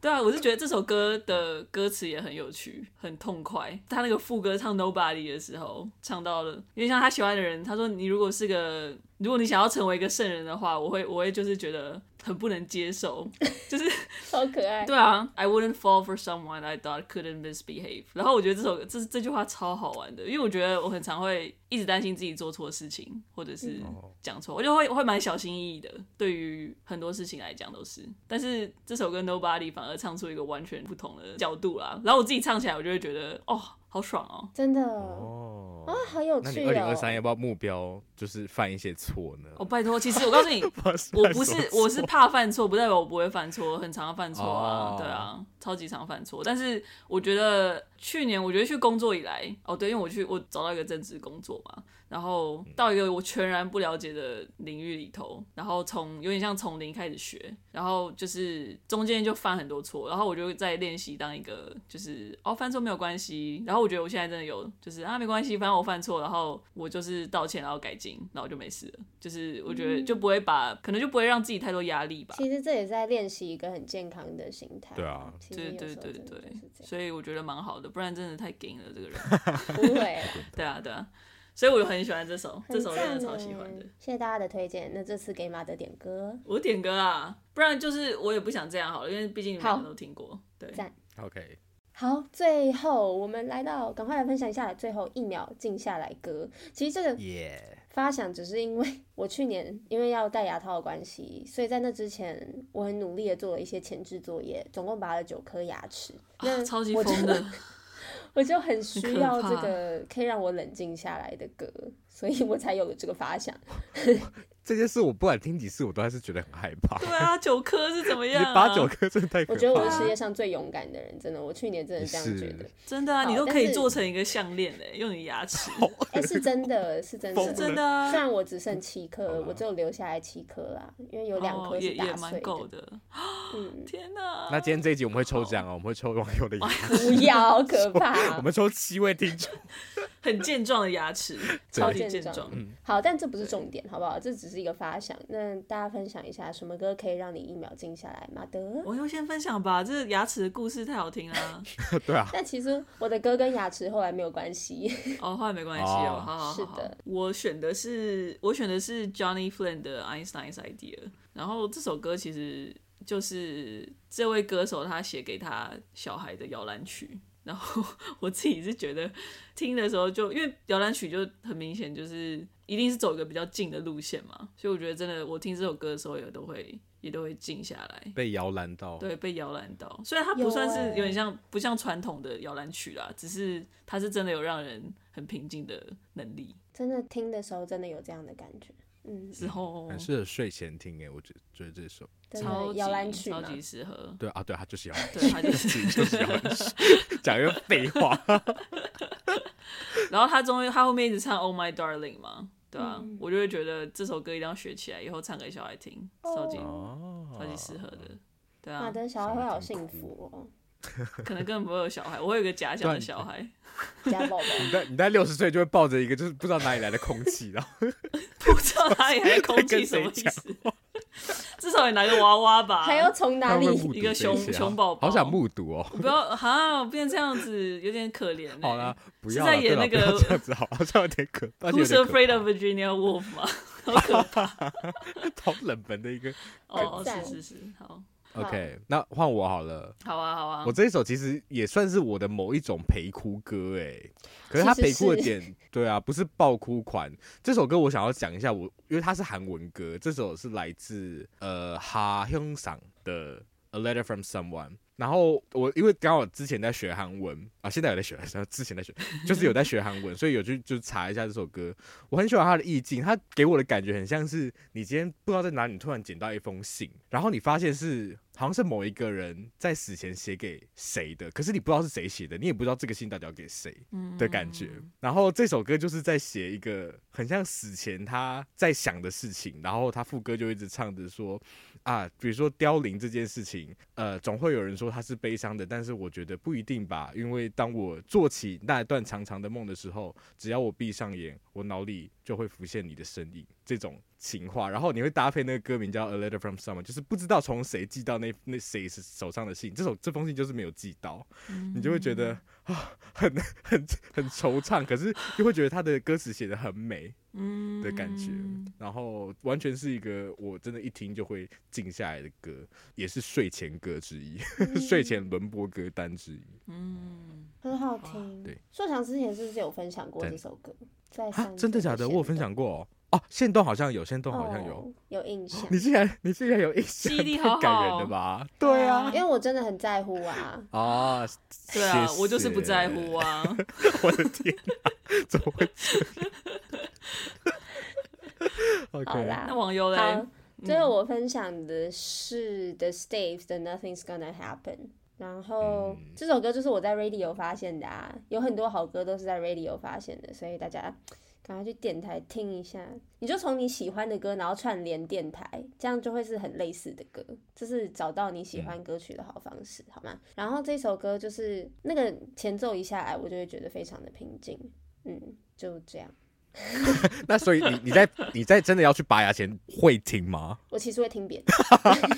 C: 对啊，我是觉得这首歌的歌词也很有趣，很痛快。他那个副歌唱 Nobody 的时候，唱到了，因为像他喜欢的人，他说你如果是个，如果你想要成为一个圣人的话，我会，我会就是觉得很不能接受，就是
A: 超可爱。
C: 对啊，I wouldn't fall for someone I thought couldn't misbehave。然后我觉得这首这这句话超好玩的，因为我觉得我很常会一直担心自己做错事情，或者是讲错，我就会我会蛮小心翼翼的。对于很多事情来讲都是，但是这首歌 Nobody 反而唱出一个完全不同的角度啦。然后我自己唱起来，我就会觉得哦，好爽哦。
A: 真的啊，
B: 哦，
A: 好有
B: 那
A: 趣
B: 你二零二三要
A: 哦。
B: 不要目标就是犯一些错呢？
C: 哦，拜托，其实我告诉你，我不是，我是怕犯错，不代表我不会犯错，很常犯错啊
B: 哦
C: 对啊，超级常犯错。但是我觉得去年，我觉得去工作以来，哦，对，因为我去我找到一个正职工作嘛，然后到一个我全然不了解的领域里头，然后从有点像从零开始学，然后就是中间就犯很多错，然后我就在练习当一个就是哦犯错没有关系，然后我觉得我现在真的有就是啊没关系，反正我犯错，然后我就是道歉，然后改进，然后就没事了，就是我觉得就不会把可能就不会让自己太多压力吧，
A: 其实这也是在练习一个很健康的心态。
B: 对啊
A: 其实
C: 对
A: 有
C: 对
A: 时候
C: 对
A: 真的
C: 对
A: 就是，这样
C: 所以我觉得蛮好的，不然真的太 gay 了这个人，
A: 不会啊。
C: 对啊对啊，所以我很喜欢这首， 这
A: 很
C: 首真的
A: 赞
C: 超喜
A: 欸
C: 欢的。
A: 谢谢大家的推荐。那这次给马德点歌，
C: 我点歌啊，不然就是我也不想这样好了，因为毕竟你们
A: 好
C: 两个都听过。对，啊
A: 赞
B: OK，
A: 好，最后我们来到，赶快来分享一下最后一秒静下来歌。其实这个
B: 耶，
A: 发想只是因为 我去年因为要戴牙套的关系，所以在那之前我很努力的做了一些前置作业，总共拔了九颗牙齿。那、
C: 啊超级
A: 我就
C: 疯的，
A: 我就很需要这
C: 很可
A: 个可以让我冷静下来的歌，所以我才有了这个发想。
B: 这件事我不管听几次，我都还是觉得很害怕。
C: 对啊，九颗是怎么
B: 你
C: 样、啊？
B: 八九颗真的太可
A: 我
B: 怕
A: 觉得我
B: 了。
A: 是世界上最勇敢的人，真的，我去年真的这样觉得
B: 是，
C: 真的啊，
A: 好
C: 你都可
A: 但
C: 以
A: 是
C: 做成一个项链嘞，用你牙 齿，
A: 哎、是真的，是真的，
B: 是
C: 真的啊
A: 虽，然我只剩七颗，
B: 啦
A: 我只有留下来七颗啦，因为有两
C: 哦
A: 颗
C: 也
A: 是
C: 也
A: 打
C: 蛮
A: 碎
C: 够
A: 的。
C: 的。
A: 嗯，
C: 天哪！
B: 那今天这一集我们会抽奖哦，我们会抽网友的牙，
A: 不要，好可
B: 我
A: 怕。哦
B: 们抽七位听众。
C: 很健壮的 牙齿，超级健
A: 健
C: 壮
A: 壮。好，但这不是重点，好不好？这只是一个发想。那大家分享一下，什么歌可以让你一秒静下来？马德。
C: 我优先分享吧，这牙齿的故事太好听 啦。
B: 对 啊，
A: 但其实我的歌跟牙齿后来没有关系。
C: 哦，后来没关系哦
B: 哦，
C: 好好好。
A: 是的，
C: 我选的是我选的是 Johnny Flynn 的 Einstein's Idea，然后这首歌其实就是这位歌手他写给他小孩的摇篮曲。然后 我自己是觉得听的时候就，因为摇篮曲就很明显就是一定是走一个比较近的路线嘛，所以我觉得真的我听这首歌的时候也都会也都会静下来。
B: 被摇篮到。
C: 对，被摇篮到。虽然它不
A: 有
C: 算是
A: 欸
C: 有点像，不像传统的摇篮曲啦，只是它是真的有让人很平静的能力。
A: 真的听的时候，真的有这样的感觉。嗯，
C: 之后
B: 很适合睡前听诶，我觉觉得这首。
A: 真
C: 超
A: 的
C: 级
A: 摇篮曲
C: 超
A: 嘛，
C: 级适合。
B: 对啊，对啊，它就是摇篮，
C: 对，它就是，
B: 就是摇篮曲。讲一个废话，
C: 然后他终于他后面一直唱《Oh My Darling》嘛，对啊，
A: 嗯
C: 我就会觉得这首歌一定要学起来，以后唱给小孩听，超级、
B: 哦
C: 超级适合的。对
A: 马
C: 啊，
A: 德小孩会好幸福哦，
C: 可能根本不会有小孩，我会有一个假想的小孩，
A: 家宝宝。
B: 你在你在六十岁就会抱着一个就是不知道哪里来的空气， 然后
C: 不知道他也在空气
B: 跟
C: 什
B: 谁
C: 么意思。 至少也拿个娃娃吧，
A: 还要从哪
B: 他
A: 里
B: 们？会 目睹
C: 一个
B: 这些啊
C: 熊熊宝宝
B: 好想目睹哦。
C: 不要哈，变这样子有点可怜、欸。
B: 好啦，不
C: 是
B: 要
C: 在
B: 啦对
C: 演
B: 啦
C: 那
B: 不要
C: 个
B: 这样子，好好像有点可，好像有
C: ，Who's
B: 点可
C: Afraid of Virginia Woolf 嘛？ 好可怕
B: 好冷门的一个。
C: 哦，
A: 赞
C: 是是是，好，
B: OK，那换我好了。
C: 好啊，好啊
B: 我。这一首其实也算是我的某一种陪哭歌哎、可是它
A: 其实
B: 陪哭的
A: 是
B: 点，对啊，不是爆哭款。这首歌我想要讲一下我，因为它是韩文歌，这首是来自呃哈亨桑的《A Letter from Someone》。然后我因为刚好之前在学韩文啊，现在有在学，然后之前在学，就是有在学韩文，所以有去就查一下这首歌。我很喜欢它的意境，它给我的感觉很像是你今天不知道在哪里突然捡到一封信，然后你发现是好像是某一个人在死前写给谁的，可是你不知道是谁写的，你也不知道这个信到底要给谁的感觉。然后这首歌就是在写一个很像死前他在想的事情，然后他副歌就一直唱着说啊，比如说凋零这件事情，呃，总会有人说它是悲伤的，但是我觉得不一定吧，因为当我做起那段长长的梦的时候，只要我闭上眼，我脑里就会浮现你的身影这种情话，然后你会搭配那个歌名叫《A Letter from Someone》，就是不知道从谁寄到那那谁手上的信，这首这封信就是没有寄到，你就会觉得啊，很很很惆怅，可是又会觉得他的歌词写的很美，
C: 嗯
B: 的感觉，然后完全是一个我真的一听就会静下来的歌，也是睡前歌之一， 睡前轮播歌单之一。
C: 嗯，
A: 很好听。
B: 对，
A: 硕强之前是不是有分享过这首歌？在
C: 嗯
B: 啊
A: 三，
B: 真的假的？我有分享过哦，哦，线动好像有，线动
A: 过
B: 好像有。
A: 哦
C: 哦
A: 有印象。
B: 你竟然你竟然有印象，
C: 记忆力
B: 太
C: 好好
B: 感人了吧？对啊
A: 因，为我真的很在乎 啊。
B: 啊，
C: 对啊
B: 谢，谢
C: 我就是不在 乎啊。
B: 我的天哪、怎么会这 样？OK，
A: 好
C: 那
A: 啦，
C: 网友嘞
A: 好，，最后我分享的是 The Staves 的 Nothing's Gonna Happen。然后、
B: 嗯
A: 这首歌就是我在 Radio 发现的啊，有很多好歌都是在 Radio 发现的，所以大家赶快去电台听一下。你就从你喜欢的歌，然后串联电台，这样就会是很类似的歌。这是找到你喜欢歌曲的好方式，好吗？然后这首歌就是那个前奏一下来，我就会觉得非常的平静。嗯，就这样。
B: 那所以你你在你在真的要去拔牙前会听吗？
A: 我其实会听别的。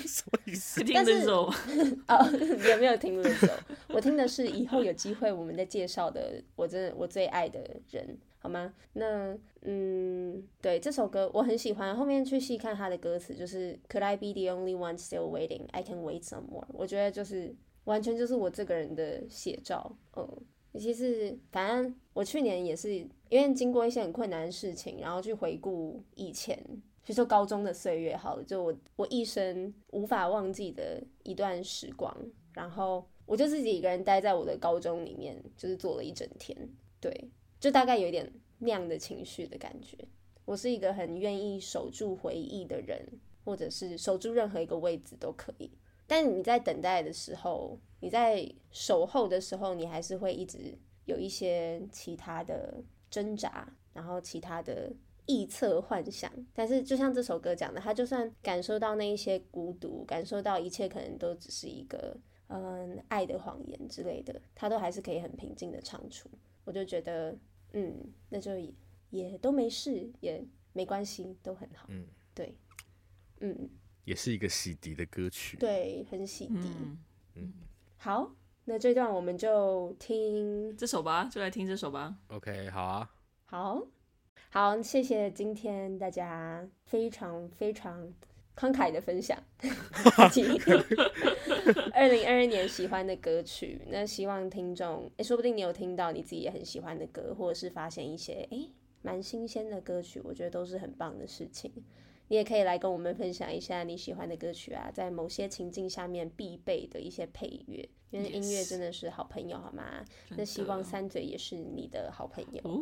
B: 什么意思？
C: 听
A: 但是
C: 这首
A: 哦，有没有听这首？我听的是以后有机会我们再介绍的，我真的我最爱的人，好吗？那嗯，对这首歌我很喜欢，后面去细看他的歌词，就是 Could I be the only one still waiting? I can wait some more。我觉得就是完全就是我这个人的写照，嗯。尤其是反正我去年也是因为经过一些很困难的事情，然后去回顾以前，就说高中的岁月好了，就我我一生无法忘记的一段时光。然后我就自己一个人待在我的高中里面，就是坐了一整天，对，就大概有一点那样的情绪的感觉。我是一个很愿意守住回忆的人，或者是守住任何一个位置都可以。但你在等待的时候，你在守候的时候，你还是会一直有一些其他的挣扎，然后其他的臆测、幻想。但是就像这首歌讲的，他就算感受到那一些孤独，感受到一切可能都只是一个嗯爱的谎言之类的，他都还是可以很平静的唱出。我就觉得，嗯，那就也也都没事，也没关系，都很好。
B: 嗯，
A: 对，嗯，
B: 也是一个洗涤的歌曲。
A: 对，很洗涤。
C: 嗯，
A: 好，那这段我们就听
C: 这首吧，就来听这首吧。
B: OK，好啊，
A: 好，好，谢谢今天大家非常非常慷慨的分享自己二零二二年喜欢的歌曲。那希望听众，诶，说不定你有听到你自己也很喜欢的歌，或者是发现一些诶蛮新鲜的歌曲，我觉得都是很棒的事情。你也可以来跟我们分享一下你喜欢的歌曲啊，在某些情境下面必备的一些配乐，因为音乐
C: Yes
A: 真的是好朋友，好吗？
C: 真
A: 那希
C: 的
A: 望三嘴也是你的好朋友。
C: 哦，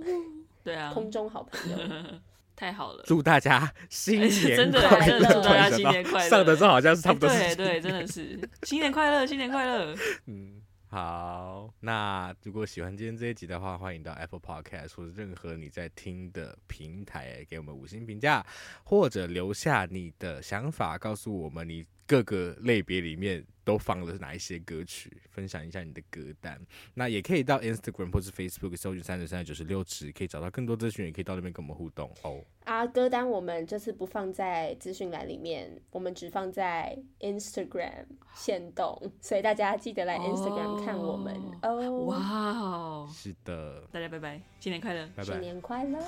C: 对啊，
A: 空中好朋友。
C: 太好了。
B: 祝大家新年
C: 真的
B: 快
A: 真
B: 乐！
A: 的祝
B: 突
A: 大
C: 家
B: 然想
C: 新
B: 到
C: 年快乐哎
B: 上的时候好像是差不多是
C: 对对，真的是新年快乐，新年 快乐！
B: 嗯，好，那如果喜欢今天这一集的话，欢迎到 Apple Podcast 或者任何你在听的平台给我们五星评价，或者留下你的想法，告诉我们你各个类别里面都放了哪一些歌曲，分享一下你的歌单。那也可以到 Instagram 或是 Facebook 搜寻三十三九十六尺，可以找到更多资讯，也可以到那边跟我们互动哦。
A: 啊，歌单我们这次不放在资讯栏里面，我们只放在 Instagram 限动，所以大家记得来 Instagram 看我们哦。
C: 哦哇哦，
B: 是的，
C: 大家拜拜，新年快乐！
B: 拜
A: 新
B: 拜。
A: 年快乐！